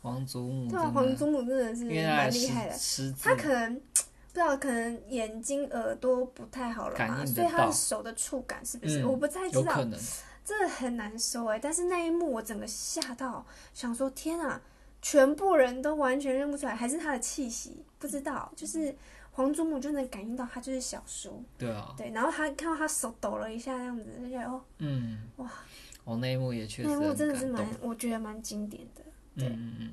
[SPEAKER 1] 皇祖母
[SPEAKER 2] 对啊，
[SPEAKER 1] 哦真
[SPEAKER 2] 皇
[SPEAKER 1] 的，
[SPEAKER 2] 祖母真的是
[SPEAKER 1] 因为他
[SPEAKER 2] 蛮
[SPEAKER 1] 的
[SPEAKER 2] 厉
[SPEAKER 1] 识
[SPEAKER 2] 害的。
[SPEAKER 1] 识字
[SPEAKER 2] 他可能不知道，可能眼睛、耳朵不太好了
[SPEAKER 1] 感应
[SPEAKER 2] 嘛，
[SPEAKER 1] 得
[SPEAKER 2] 所以他
[SPEAKER 1] 到
[SPEAKER 2] 的手的触感是不是？
[SPEAKER 1] 嗯
[SPEAKER 2] 我不太知
[SPEAKER 1] 有可
[SPEAKER 2] 道，
[SPEAKER 1] 能，
[SPEAKER 2] 真的很难说哎、但是那一幕我整个吓到，想说天啊，全部人都完全认不出来，还是他的气息，不知道，就是黄祖母就能感应到他就是小叔，
[SPEAKER 1] 对啊，
[SPEAKER 2] 对，然后他看到他手抖了一下那样子，就觉得哦，
[SPEAKER 1] 嗯，
[SPEAKER 2] 哇，
[SPEAKER 1] 哦那一幕也确实
[SPEAKER 2] 那一幕
[SPEAKER 1] 很
[SPEAKER 2] 真的是
[SPEAKER 1] 感
[SPEAKER 2] 蛮
[SPEAKER 1] 动，，
[SPEAKER 2] 我觉得蛮经典的。对
[SPEAKER 1] 嗯嗯嗯，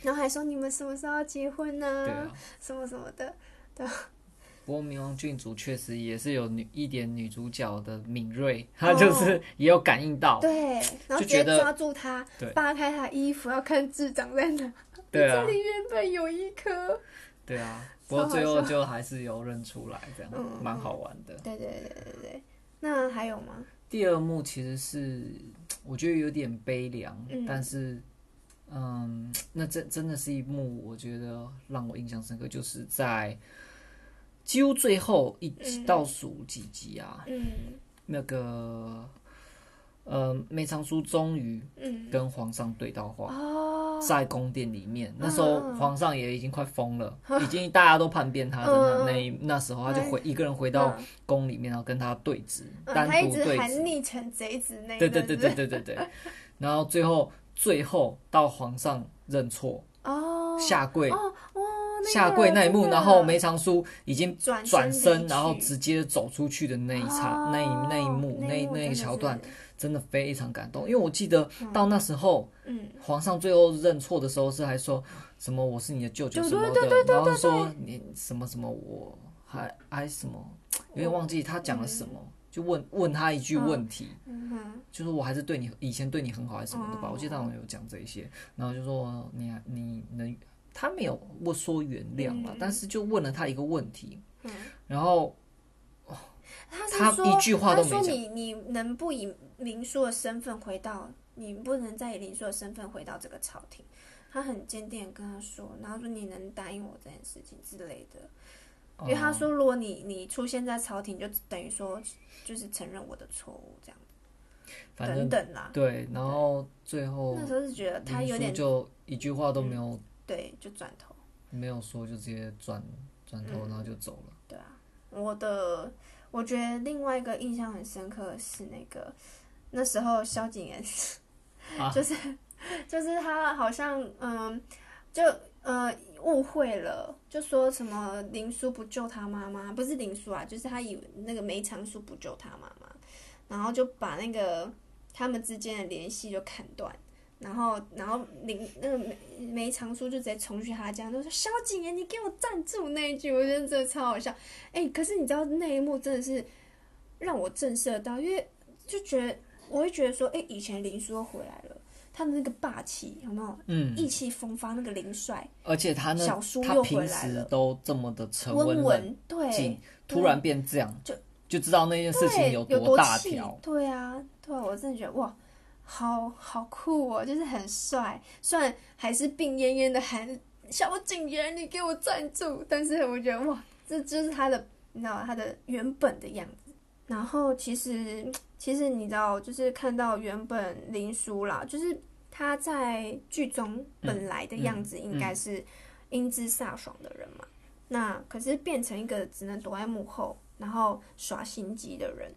[SPEAKER 2] 然后还说你们什么时候要结婚呢、
[SPEAKER 1] 对啊。
[SPEAKER 2] 什么什么的，
[SPEAKER 1] 不过冥王郡主确实也是有女一点女主角的敏锐，她就是也有感应到，
[SPEAKER 2] 哦对，然后
[SPEAKER 1] 就觉
[SPEAKER 2] 直接
[SPEAKER 1] 得
[SPEAKER 2] 抓住他
[SPEAKER 1] 对，
[SPEAKER 2] 扒开他衣服，要看痣长在哪。
[SPEAKER 1] 对
[SPEAKER 2] 这
[SPEAKER 1] 啊，
[SPEAKER 2] 里原本有一颗。
[SPEAKER 1] 对啊。不
[SPEAKER 2] 超好
[SPEAKER 1] 过
[SPEAKER 2] 笑
[SPEAKER 1] 最后就还是有认出来，这样
[SPEAKER 2] 嗯嗯嗯
[SPEAKER 1] 蛮好玩的。
[SPEAKER 2] 对对对对对对，那还有吗？
[SPEAKER 1] 第二幕其实是我觉得有点悲凉，
[SPEAKER 2] 嗯
[SPEAKER 1] 但是嗯，那真真的是一幕，我觉得让我印象深刻，就是在几乎最后一
[SPEAKER 2] 嗯
[SPEAKER 1] 倒数几集啊，
[SPEAKER 2] 嗯
[SPEAKER 1] 那个呃梅长苏终于
[SPEAKER 2] 嗯。
[SPEAKER 1] 跟皇上对到话。
[SPEAKER 2] 哦。
[SPEAKER 1] 在宫殿里面，那时
[SPEAKER 2] 嗯
[SPEAKER 1] 候
[SPEAKER 2] 嗯嗯
[SPEAKER 1] 皇上也已经快疯 了，已经大家都叛变他的
[SPEAKER 2] 嗯
[SPEAKER 1] 那
[SPEAKER 2] 嗯嗯
[SPEAKER 1] 那一那时候，他就回一个人回
[SPEAKER 2] 回
[SPEAKER 1] 到宫里面，然后跟他对峙，
[SPEAKER 2] 嗯，
[SPEAKER 1] 单
[SPEAKER 2] 他一
[SPEAKER 1] 独
[SPEAKER 2] 直
[SPEAKER 1] 对
[SPEAKER 2] 喊
[SPEAKER 1] 峙。
[SPEAKER 2] 逆臣贼子那一
[SPEAKER 1] 对
[SPEAKER 2] 阵
[SPEAKER 1] 对
[SPEAKER 2] 子。
[SPEAKER 1] 对对对对对。然后最后最后到皇上认错，
[SPEAKER 2] 哦。
[SPEAKER 1] 下跪
[SPEAKER 2] 哦哦，那个
[SPEAKER 1] 下跪那一幕，
[SPEAKER 2] 真的
[SPEAKER 1] 然后梅长苏已经
[SPEAKER 2] 转
[SPEAKER 1] 转
[SPEAKER 2] 身
[SPEAKER 1] 身，
[SPEAKER 2] 离
[SPEAKER 1] 然后
[SPEAKER 2] 去
[SPEAKER 1] 直接走出去的那一刹
[SPEAKER 2] 哦
[SPEAKER 1] 那一那一幕
[SPEAKER 2] 那
[SPEAKER 1] 那
[SPEAKER 2] 一幕
[SPEAKER 1] 那
[SPEAKER 2] 真
[SPEAKER 1] 个
[SPEAKER 2] 的
[SPEAKER 1] 桥段
[SPEAKER 2] 是，
[SPEAKER 1] 真的非常感动，因为我记得到那时候。
[SPEAKER 2] 嗯，
[SPEAKER 1] 皇上最后认错的时候是还说什么我是你的舅舅
[SPEAKER 2] 对
[SPEAKER 1] 什么
[SPEAKER 2] 对
[SPEAKER 1] 的
[SPEAKER 2] 对对，对
[SPEAKER 1] 然后说你什么什么我还还什么，有点忘记他讲了什么，就问问他一句问题，
[SPEAKER 2] 嗯哼，
[SPEAKER 1] 就是我还是对你以前对你很好还是什么的吧，
[SPEAKER 2] 嗯
[SPEAKER 1] 我记得好像有讲这一些，然后就说你还你能，他没有我说原谅了，
[SPEAKER 2] 嗯
[SPEAKER 1] 但是就问了他一个问题，
[SPEAKER 2] 嗯
[SPEAKER 1] 然后
[SPEAKER 2] 他
[SPEAKER 1] 他
[SPEAKER 2] 是说
[SPEAKER 1] 一句话都没
[SPEAKER 2] 他说
[SPEAKER 1] 讲
[SPEAKER 2] 你你能不以民庶的身份回到，你不能再以民庶的身份回到这个朝廷。他很坚定地跟他说，然后说你能答应我这件事情之类的，因为他
[SPEAKER 1] 嗯
[SPEAKER 2] 说如果你你出现在朝廷，就等于说就是承认我的错误这样
[SPEAKER 1] 嗯反
[SPEAKER 2] 等
[SPEAKER 1] 正
[SPEAKER 2] 等啦。
[SPEAKER 1] 对，然后最后
[SPEAKER 2] 那时候是觉得他
[SPEAKER 1] 林
[SPEAKER 2] 有
[SPEAKER 1] 殊
[SPEAKER 2] 点嗯
[SPEAKER 1] 就一句话都没有
[SPEAKER 2] 对，就转头，
[SPEAKER 1] 没有说，就直接转转头，
[SPEAKER 2] 嗯
[SPEAKER 1] 然后就走了。
[SPEAKER 2] 对啊。我的我觉得另外一个印象很深刻的是那个那时候萧景琰
[SPEAKER 1] 啊，
[SPEAKER 2] 就是就是他好像嗯，就呃误会了，就说什么林叔不救他妈妈，不是林叔啊，就是他以为那个梅长苏不救他妈妈，然后就把那个他们之间的联系就砍断。然后，然后林那个梅梅长苏就直接冲去他家，就说：“萧景琰，你给我站住！”那一句，我觉得真的超好笑。哎，可是你知道那一幕真的是让我震慑到，因为就觉得我会觉得说，哎，以前林叔回来了，他的那个霸气有没有？
[SPEAKER 1] 嗯，
[SPEAKER 2] 意气风发，那个林帅，
[SPEAKER 1] 而且他呢
[SPEAKER 2] 小，叔
[SPEAKER 1] 他
[SPEAKER 2] 又回
[SPEAKER 1] 平
[SPEAKER 2] 来
[SPEAKER 1] 时
[SPEAKER 2] 了，
[SPEAKER 1] 都这么的沉
[SPEAKER 2] 温
[SPEAKER 1] 冷
[SPEAKER 2] 文，对嗯
[SPEAKER 1] 静，，突然变这样，
[SPEAKER 2] 就
[SPEAKER 1] 就知道那件事情
[SPEAKER 2] 对，有
[SPEAKER 1] 多大
[SPEAKER 2] 气
[SPEAKER 1] 条。，
[SPEAKER 2] 对啊，对啊，我真的觉得哇，好好酷哦，就是很帅，虽然还是病恹恹的喊小警员，你给我站住，但是我觉得哇，这就是他的，你知道他的原本的样子。然后其实其实你知道，就是看到原本林叔啦，就是他在剧
[SPEAKER 1] 嗯
[SPEAKER 2] 中本来的样子，应该是英姿飒爽的人嘛。那可是变成一个只能躲在幕后，然后耍心机的人。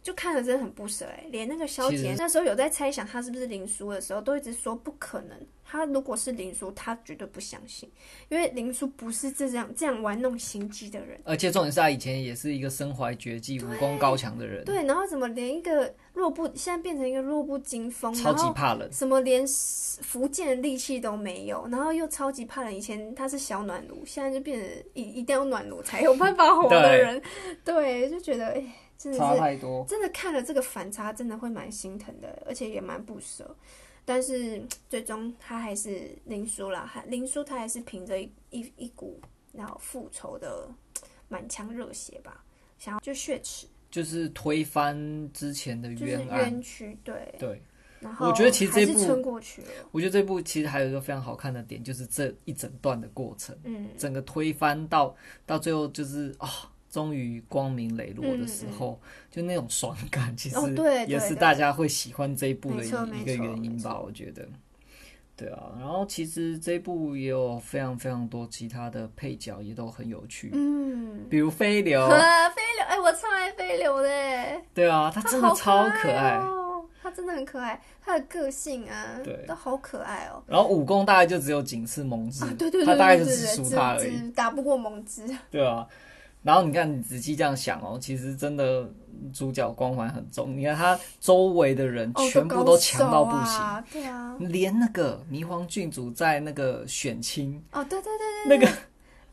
[SPEAKER 2] 就看了真的很不舍哎、连那个萧
[SPEAKER 1] 其
[SPEAKER 2] 杰
[SPEAKER 1] 实
[SPEAKER 2] 那时候有在猜想他是不是林书的时候，都一直说不可能。他如果是林书，他绝对不相信，因为林书不是这样这样玩弄心机的人。
[SPEAKER 1] 而且重点是他以前也是一个身怀绝技、武功高强的人，
[SPEAKER 2] 对，然后怎么连一个弱不现在变成一个弱不禁风，
[SPEAKER 1] 超
[SPEAKER 2] 然
[SPEAKER 1] 级
[SPEAKER 2] 后
[SPEAKER 1] 怕冷。
[SPEAKER 2] 什么连福建的力气都没有，然后又超级怕冷。以前他是小暖炉，现在就变成一一定要暖炉才有办法活的人。对，就觉得哎、真的
[SPEAKER 1] 差
[SPEAKER 2] 是
[SPEAKER 1] 太多，
[SPEAKER 2] 真的看了这个反差，真的会蛮心疼的，而且也蛮不舍。但是最终他还是林叔啦，还林叔他还是凭着一一一股然后复仇的满腔热血吧，想要就血池，
[SPEAKER 1] 就是推翻之前的
[SPEAKER 2] 就是
[SPEAKER 1] 冤案。
[SPEAKER 2] 冤屈，对，
[SPEAKER 1] 对，
[SPEAKER 2] 然后
[SPEAKER 1] 我觉得其实这
[SPEAKER 2] 还是
[SPEAKER 1] 部
[SPEAKER 2] 撑过去了，
[SPEAKER 1] 我觉得这部其实还有一个非常好看的点，就是这一整段的过程，
[SPEAKER 2] 嗯，
[SPEAKER 1] 整个推翻到到最后就是啊。终于光明磊落的时候，就那种爽感，其实
[SPEAKER 2] 嗯哦对对
[SPEAKER 1] 也是
[SPEAKER 2] 对
[SPEAKER 1] 大家会喜欢这一部的
[SPEAKER 2] 没
[SPEAKER 1] 一
[SPEAKER 2] 错没
[SPEAKER 1] 一个
[SPEAKER 2] 错
[SPEAKER 1] 原因
[SPEAKER 2] 没
[SPEAKER 1] 吧，我觉得。对啊，然后其实这一部也有非常非常多其他的配角也都很有趣，
[SPEAKER 2] 嗯，
[SPEAKER 1] 比如飞流，
[SPEAKER 2] 啊，飞流，哎、我超爱飞流的欸，
[SPEAKER 1] 对啊，他真的
[SPEAKER 2] 好
[SPEAKER 1] 超
[SPEAKER 2] 可
[SPEAKER 1] 可爱，
[SPEAKER 2] 哦，他真的很可爱，他的个性啊，
[SPEAKER 1] 对
[SPEAKER 2] 都好可爱哦。
[SPEAKER 1] 然后武功大概就只有仅次蒙自，
[SPEAKER 2] 啊，对对对对对
[SPEAKER 1] 他
[SPEAKER 2] 对，
[SPEAKER 1] 大概就只
[SPEAKER 2] 对
[SPEAKER 1] 输他而已，
[SPEAKER 2] 只打不过蒙之，
[SPEAKER 1] 对啊。然后你看，你仔细这样想哦，其实真的主角光环很重。你看他周围的人
[SPEAKER 2] 哦
[SPEAKER 1] 嗯全部都强到不行，
[SPEAKER 2] 高手啊对啊，
[SPEAKER 1] 连那个霓凰郡主在那个选亲，
[SPEAKER 2] 哦，对对对对，
[SPEAKER 1] 那个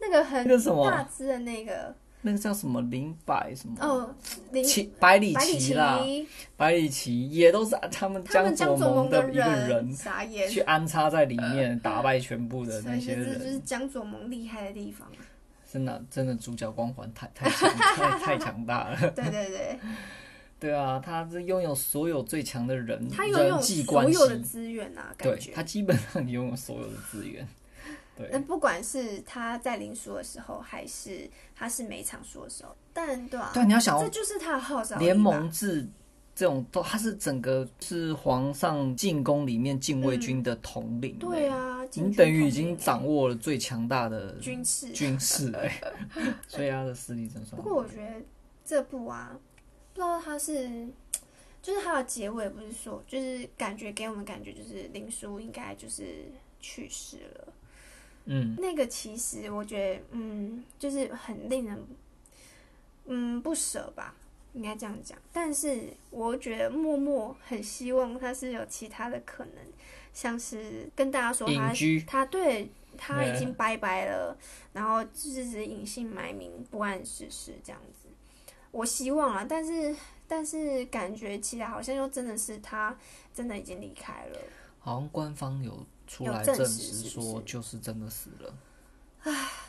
[SPEAKER 2] 那个
[SPEAKER 1] 那
[SPEAKER 2] 很
[SPEAKER 1] 个什
[SPEAKER 2] 大
[SPEAKER 1] 么，
[SPEAKER 2] 只的那个，
[SPEAKER 1] 那个叫什么林百什么，
[SPEAKER 2] 哦，林
[SPEAKER 1] 奇百里
[SPEAKER 2] 百里
[SPEAKER 1] 奇
[SPEAKER 2] 奇，
[SPEAKER 1] 啦，百里奇也都是啊他们
[SPEAKER 2] 他们
[SPEAKER 1] 左
[SPEAKER 2] 江左
[SPEAKER 1] 盟
[SPEAKER 2] 盟
[SPEAKER 1] 的一个
[SPEAKER 2] 人，
[SPEAKER 1] 人
[SPEAKER 2] 傻眼，
[SPEAKER 1] 去安插在里面，打败全部的
[SPEAKER 2] 所
[SPEAKER 1] 那
[SPEAKER 2] 以
[SPEAKER 1] 些
[SPEAKER 2] 这
[SPEAKER 1] 人
[SPEAKER 2] 这就。是江左盟厉害的 地方。
[SPEAKER 1] 真的真的主角光环太太强太太强大了，
[SPEAKER 2] 对对对，
[SPEAKER 1] 对啊，他是拥有所有最强的人
[SPEAKER 2] 他拥
[SPEAKER 1] 人
[SPEAKER 2] 有
[SPEAKER 1] 际
[SPEAKER 2] 所
[SPEAKER 1] 关系
[SPEAKER 2] 有，的资源啊，感
[SPEAKER 1] 对
[SPEAKER 2] 觉
[SPEAKER 1] 他。基本上拥有所有的资源，对
[SPEAKER 2] 那不管是他在零输的时候，还是他是每场输的时候，但对啊，
[SPEAKER 1] 对，你要想
[SPEAKER 2] 这
[SPEAKER 1] 哦
[SPEAKER 2] 就是他的号召力吧
[SPEAKER 1] 联盟制这种都，他是整个是皇上进宫里面禁卫军的统领、欸，
[SPEAKER 2] 对啊，进
[SPEAKER 1] 你
[SPEAKER 2] 去
[SPEAKER 1] 等于
[SPEAKER 2] 统
[SPEAKER 1] 已经
[SPEAKER 2] 领
[SPEAKER 1] 掌握了最强大的
[SPEAKER 2] 军事。
[SPEAKER 1] 军事哎、欸 所以他的实力真算
[SPEAKER 2] 啊不过我觉得这部啊，不知道他是，就是他的结尾不是说，就是感觉给我们感觉就是林叔应该就是去世了。
[SPEAKER 1] 嗯，
[SPEAKER 2] 那个其实我觉得，嗯，就是很令人，嗯，不舍吧，应该这样讲。但是我觉得默默很希望他是有其他的可能，像是跟大家说
[SPEAKER 1] 隐
[SPEAKER 2] 他
[SPEAKER 1] 居
[SPEAKER 2] 他对他
[SPEAKER 1] 嗯
[SPEAKER 2] 已经拜拜了，然后就是只隐姓埋名不谙世事这样子。我希望啊，但是但是感觉起来好像又真的是他真的已经离开了。
[SPEAKER 1] 好像官方有出
[SPEAKER 2] 有
[SPEAKER 1] 来
[SPEAKER 2] 证
[SPEAKER 1] 证
[SPEAKER 2] 实
[SPEAKER 1] 实
[SPEAKER 2] 是不
[SPEAKER 1] 说
[SPEAKER 2] 是
[SPEAKER 1] 就是真的死了。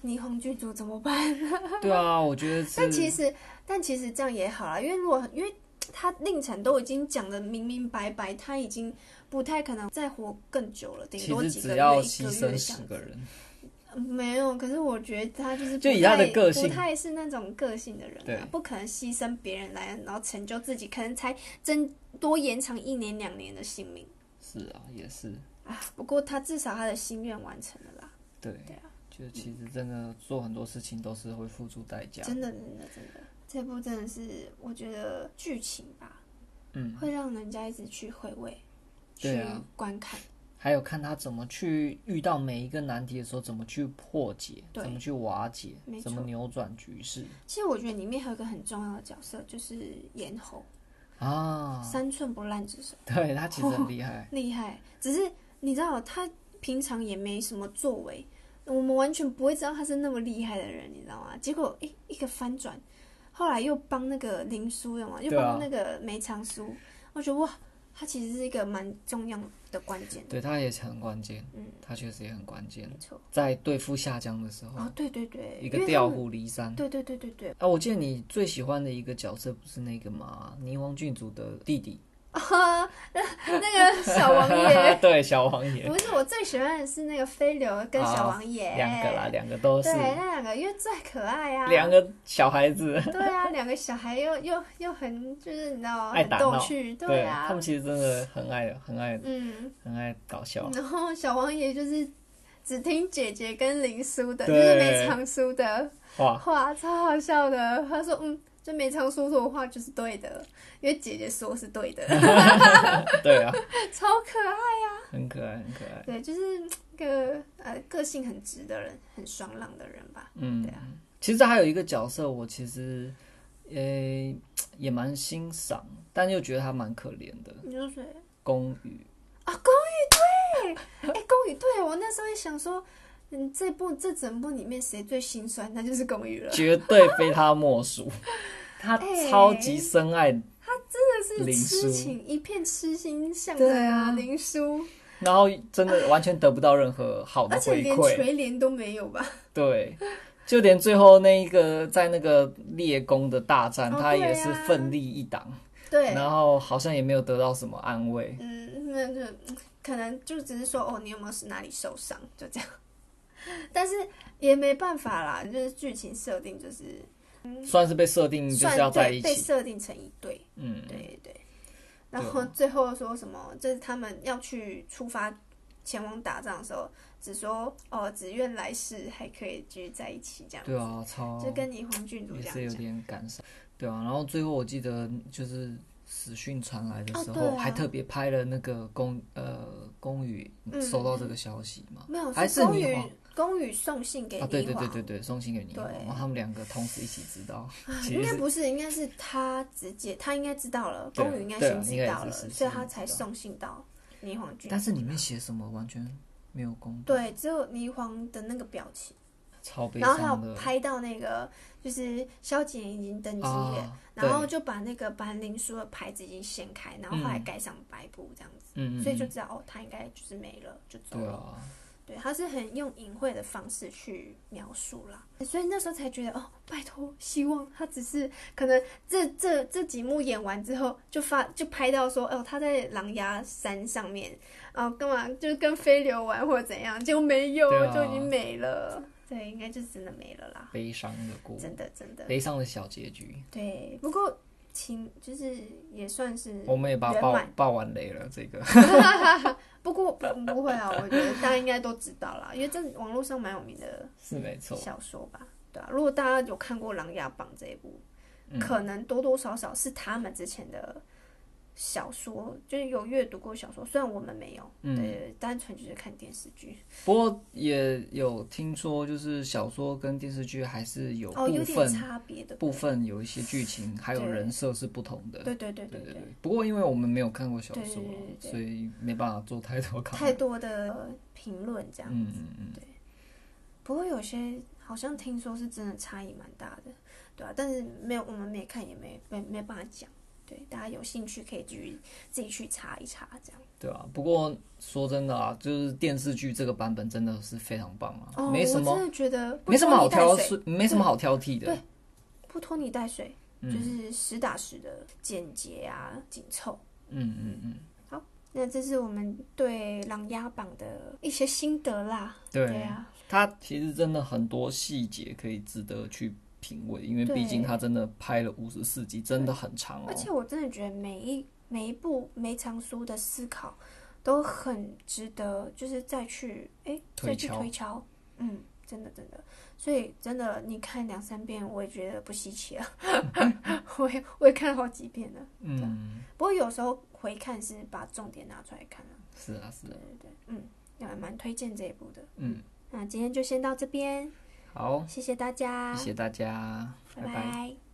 [SPEAKER 2] 霓虹郡主怎么办？
[SPEAKER 1] 对啊，我觉得是。
[SPEAKER 2] 但其实，但其实这样也好啦，因为如果因为他令晨都已经讲的明明白白，他已经不太可能再活更久了，顶
[SPEAKER 1] 其
[SPEAKER 2] 多
[SPEAKER 1] 实
[SPEAKER 2] 几
[SPEAKER 1] 只
[SPEAKER 2] 个月、
[SPEAKER 1] 要
[SPEAKER 2] 一
[SPEAKER 1] 牺
[SPEAKER 2] 个月这
[SPEAKER 1] 牲
[SPEAKER 2] 样
[SPEAKER 1] 十
[SPEAKER 2] 子。
[SPEAKER 1] 个人，
[SPEAKER 2] 没有，可是我觉得他就是
[SPEAKER 1] 就
[SPEAKER 2] 不
[SPEAKER 1] 以他的
[SPEAKER 2] 太
[SPEAKER 1] 个性
[SPEAKER 2] 不太是那种个性的人、
[SPEAKER 1] 对
[SPEAKER 2] 啊，不可能牺牲别人来，然后成就自己，可能才增多延长一年两年的性命
[SPEAKER 1] 是啊，也是
[SPEAKER 2] 啊。不过他至少他的心愿完成了啦，
[SPEAKER 1] 对。
[SPEAKER 2] 对啊
[SPEAKER 1] 就其实真的做很多事情都是会付出代价，
[SPEAKER 2] 真的真的真的，这部真的是我觉得剧情吧，
[SPEAKER 1] 嗯，
[SPEAKER 2] 会让人家一直去回味，
[SPEAKER 1] 对
[SPEAKER 2] 去
[SPEAKER 1] 啊
[SPEAKER 2] 观看。
[SPEAKER 1] 还有看他怎么去遇到每一个难题的时候，怎么去破解，
[SPEAKER 2] 对
[SPEAKER 1] 怎么去瓦解
[SPEAKER 2] 没，
[SPEAKER 1] 怎么
[SPEAKER 2] 错
[SPEAKER 1] 扭转局势
[SPEAKER 2] 其实我觉得里面还有一个很重要的角色，就是严侯，
[SPEAKER 1] 啊！
[SPEAKER 2] 三寸不烂之舌，
[SPEAKER 1] 对他其实 很厉害，
[SPEAKER 2] 厉害。只是你知道，他平常也没什么作为，我们完全不会知道他是那么厉害的人，你知道吗？结果一一个翻转，后来又帮那个林书了嘛，又
[SPEAKER 1] 对啊
[SPEAKER 2] 帮那个梅长苏，我觉得哇，他其实是一个蛮重要的关键。
[SPEAKER 1] 对他也很关键，
[SPEAKER 2] 嗯，
[SPEAKER 1] 他确实也很关键
[SPEAKER 2] 没，错。
[SPEAKER 1] 在对付下江的时候
[SPEAKER 2] 哦，，对对对，
[SPEAKER 1] 嗯一
[SPEAKER 2] 因
[SPEAKER 1] 个
[SPEAKER 2] 为他
[SPEAKER 1] 调
[SPEAKER 2] 们。
[SPEAKER 1] 虎离山。
[SPEAKER 2] 对对对对 对，
[SPEAKER 1] 啊，我记得你最喜欢的一个角色不是那个嘛，霓凰郡主的弟弟，
[SPEAKER 2] 啊，那那个小王 爷，
[SPEAKER 1] 对，小王爷，
[SPEAKER 2] 不是我最喜欢的是那个飞流跟小王爷，
[SPEAKER 1] 啊两个啦，两个都是
[SPEAKER 2] 哎对，那两个因为最可爱啊，
[SPEAKER 1] 两个小孩子，
[SPEAKER 2] 对啊，两个小孩又又又很就是你知道
[SPEAKER 1] 爱
[SPEAKER 2] 很
[SPEAKER 1] 打闹
[SPEAKER 2] 逗趣，
[SPEAKER 1] 对
[SPEAKER 2] 啊
[SPEAKER 1] 他，们其实真的很爱很爱
[SPEAKER 2] 嗯，
[SPEAKER 1] 很爱搞笑，
[SPEAKER 2] 然后小王爷就是只听姐姐跟林叔的，就
[SPEAKER 1] 对
[SPEAKER 2] 是梅长苏的
[SPEAKER 1] 哇，
[SPEAKER 2] 话，超好笑的，他说嗯。这梅仓叔叔的话就是对的，因为姐姐说是对 的，
[SPEAKER 1] 对啊，
[SPEAKER 2] 超可爱。
[SPEAKER 1] 很可爱，很可爱。
[SPEAKER 2] 对，就是一个呃个性很直的人，很爽朗的人吧。
[SPEAKER 1] 嗯
[SPEAKER 2] 对啊，
[SPEAKER 1] 其实还有一个角色，我其实呃、也蛮欣赏，但又觉得他蛮可怜的。
[SPEAKER 2] 你说谁？
[SPEAKER 1] 宫羽，
[SPEAKER 2] 哎、宫羽，对我那时候也想说，嗯，这部这整部里面谁最心酸，那就是宫羽了。
[SPEAKER 1] 绝对非他莫 属。他
[SPEAKER 2] 哎
[SPEAKER 1] 超级深爱，
[SPEAKER 2] 真的
[SPEAKER 1] 林
[SPEAKER 2] 是
[SPEAKER 1] 殊
[SPEAKER 2] 痴情一片痴心向着
[SPEAKER 1] 对啊
[SPEAKER 2] 林殊，
[SPEAKER 1] 然后真的完全得不到任何好的
[SPEAKER 2] 而且
[SPEAKER 1] 回
[SPEAKER 2] 连
[SPEAKER 1] 馈。
[SPEAKER 2] 垂帘都没有吧？
[SPEAKER 1] 对，就连最后那一个在那个猎宫的大战，
[SPEAKER 2] 哦
[SPEAKER 1] 他也
[SPEAKER 2] 对
[SPEAKER 1] 是
[SPEAKER 2] 啊
[SPEAKER 1] 奋力一挡，
[SPEAKER 2] 对，
[SPEAKER 1] 然后好像也没有得到什么安慰。
[SPEAKER 2] 嗯，那就可能就只是说哦，你有没有是哪里受伤，就这样。但是也没办法啦，就是剧情设定就是
[SPEAKER 1] 算是被设定嗯就
[SPEAKER 2] 嗯算
[SPEAKER 1] 是要在
[SPEAKER 2] 对
[SPEAKER 1] 一
[SPEAKER 2] 被
[SPEAKER 1] 起，
[SPEAKER 2] 设定成一对，
[SPEAKER 1] 嗯，
[SPEAKER 2] 对对对。然后最后说什么？就是他们要去出发前往打仗的时候，只说哦，只愿来世还可以继续在一起，这样
[SPEAKER 1] 对啊，超
[SPEAKER 2] 就跟你黄俊儒
[SPEAKER 1] 也
[SPEAKER 2] 这样
[SPEAKER 1] 是有
[SPEAKER 2] 讲。
[SPEAKER 1] 点感伤，对啊。然后最后我记得就是死讯传来的
[SPEAKER 2] 哦
[SPEAKER 1] 时
[SPEAKER 2] 对
[SPEAKER 1] 候，
[SPEAKER 2] 啊
[SPEAKER 1] 还特别拍了那个宫呃宫羽
[SPEAKER 2] 嗯
[SPEAKER 1] 收到这个消息嘛，
[SPEAKER 2] 没有，
[SPEAKER 1] 还是
[SPEAKER 2] 宫
[SPEAKER 1] 你
[SPEAKER 2] 羽
[SPEAKER 1] 哦
[SPEAKER 2] 宫羽送信给
[SPEAKER 1] 啊，
[SPEAKER 2] 李
[SPEAKER 1] 对对
[SPEAKER 2] 华
[SPEAKER 1] 对对对，送信给你，
[SPEAKER 2] 对啊
[SPEAKER 1] 然后他们两个同时一起知道，其
[SPEAKER 2] 应
[SPEAKER 1] 实
[SPEAKER 2] 该
[SPEAKER 1] 是
[SPEAKER 2] 不是，应该是他直接，他应该知道了，
[SPEAKER 1] 对啊
[SPEAKER 2] 宫羽应该
[SPEAKER 1] 对啊应
[SPEAKER 2] 先
[SPEAKER 1] 该
[SPEAKER 2] 知
[SPEAKER 1] 也
[SPEAKER 2] 道了，
[SPEAKER 1] 是是
[SPEAKER 2] 所以
[SPEAKER 1] 是
[SPEAKER 2] 他
[SPEAKER 1] 知
[SPEAKER 2] 才
[SPEAKER 1] 道
[SPEAKER 2] 送信到倪黄俊。
[SPEAKER 1] 但是里面写什么完全没有公布，
[SPEAKER 2] 对，只有倪黄的那个表情，
[SPEAKER 1] 超悲
[SPEAKER 2] 然后还
[SPEAKER 1] 伤
[SPEAKER 2] 有
[SPEAKER 1] 的
[SPEAKER 2] 拍到那个就是萧景瑩已经登基了，
[SPEAKER 1] 啊，对
[SPEAKER 2] 然，后就把那个板林书的牌子已经掀开，然后后来盖上白布这样子，
[SPEAKER 1] 嗯，嗯
[SPEAKER 2] 所以就
[SPEAKER 1] 嗯
[SPEAKER 2] 知道哦，他应该就是没了，就走
[SPEAKER 1] 对
[SPEAKER 2] 了。
[SPEAKER 1] 啊，
[SPEAKER 2] 对，他是很用隐晦的方式去描述啦，所以那时候才觉得哦，拜托，希望他只是可能这这这几幕演完之后，就发就拍到说哦，他在狼牙山上面，啊、干嘛就是跟飞流玩或者怎样，结果没有，
[SPEAKER 1] 对啊
[SPEAKER 2] 就已经没了。对，应该就真的没了啦，
[SPEAKER 1] 悲伤的故，
[SPEAKER 2] 真的真的。
[SPEAKER 1] 悲伤的小结局，
[SPEAKER 2] 对，不过情就是也算是，
[SPEAKER 1] 我们也把它
[SPEAKER 2] 圆
[SPEAKER 1] 爆
[SPEAKER 2] 满
[SPEAKER 1] 爆完雷了，这 个
[SPEAKER 2] 不过不不会啊，我觉得大家应该都知道啦，因为这网络上蛮有名的。
[SPEAKER 1] 是没错，
[SPEAKER 2] 小说吧，对啊。如果大家有看过《琅琊榜》这一部，
[SPEAKER 1] 嗯
[SPEAKER 2] 可能多多少少是他们之前的小说，就是有阅读过小说，虽然我们没有，
[SPEAKER 1] 嗯
[SPEAKER 2] 对，单纯就是看电视剧，
[SPEAKER 1] 不过也有听说，就是小说跟电视剧还是有
[SPEAKER 2] 哦，有
[SPEAKER 1] 部
[SPEAKER 2] 点
[SPEAKER 1] 分、
[SPEAKER 2] 差别的
[SPEAKER 1] 部，分有一些剧情还有
[SPEAKER 2] 对
[SPEAKER 1] 人设是不同的。
[SPEAKER 2] 对对对
[SPEAKER 1] 对对
[SPEAKER 2] 对对，
[SPEAKER 1] 不过因为我们没有看过小
[SPEAKER 2] 对
[SPEAKER 1] 说啊
[SPEAKER 2] 对对，对
[SPEAKER 1] 所以没办法做太多考
[SPEAKER 2] 太
[SPEAKER 1] 虑。
[SPEAKER 2] 多的评论这样。
[SPEAKER 1] 嗯嗯嗯，
[SPEAKER 2] 不过有些好像听说是真的差异蛮大的，对啊，但是没有我们没看也没没没办法讲，对，大家有兴趣可以继续自己去查一查这样。
[SPEAKER 1] 对啊。不过说真的啊，就是电视剧这个版本真的是非常棒啊，
[SPEAKER 2] 哦，
[SPEAKER 1] 没什
[SPEAKER 2] 我
[SPEAKER 1] 么
[SPEAKER 2] 真的觉得不
[SPEAKER 1] 没什么
[SPEAKER 2] 拖泥
[SPEAKER 1] 好
[SPEAKER 2] 带
[SPEAKER 1] 挑
[SPEAKER 2] 水
[SPEAKER 1] 是没什么好挑剔的
[SPEAKER 2] 对。不拖泥带水，就
[SPEAKER 1] 嗯
[SPEAKER 2] 是实打实的简洁啊、紧凑。
[SPEAKER 1] 嗯嗯嗯，
[SPEAKER 2] 那这是我们对《琅琊榜》的一些心得啦。对
[SPEAKER 1] 对。
[SPEAKER 2] 啊，
[SPEAKER 1] 它其实真的很多细节可以值得去品味，因为
[SPEAKER 2] 对
[SPEAKER 1] 毕竟它真的拍了五十四集，真的很长哦
[SPEAKER 2] 而。且我真的觉得每一每一部梅长苏的思考都很值得，就是再去哎、再
[SPEAKER 1] 推
[SPEAKER 2] 去
[SPEAKER 1] 敲
[SPEAKER 2] 推敲。嗯，真的真的，所以真的你看两三遍，我也觉得不稀 奇啊。我也我也看了好几遍了，
[SPEAKER 1] 嗯，
[SPEAKER 2] 不过有时候回看是把重点拿出来看了。
[SPEAKER 1] 是啊，是
[SPEAKER 2] 对
[SPEAKER 1] 啊，
[SPEAKER 2] 对对，嗯，也蛮推荐这一部的。
[SPEAKER 1] 嗯，
[SPEAKER 2] 那今天就先到这边，
[SPEAKER 1] 好，
[SPEAKER 2] 谢谢大家，
[SPEAKER 1] 谢谢大家，
[SPEAKER 2] 拜
[SPEAKER 1] 拜拜
[SPEAKER 2] 拜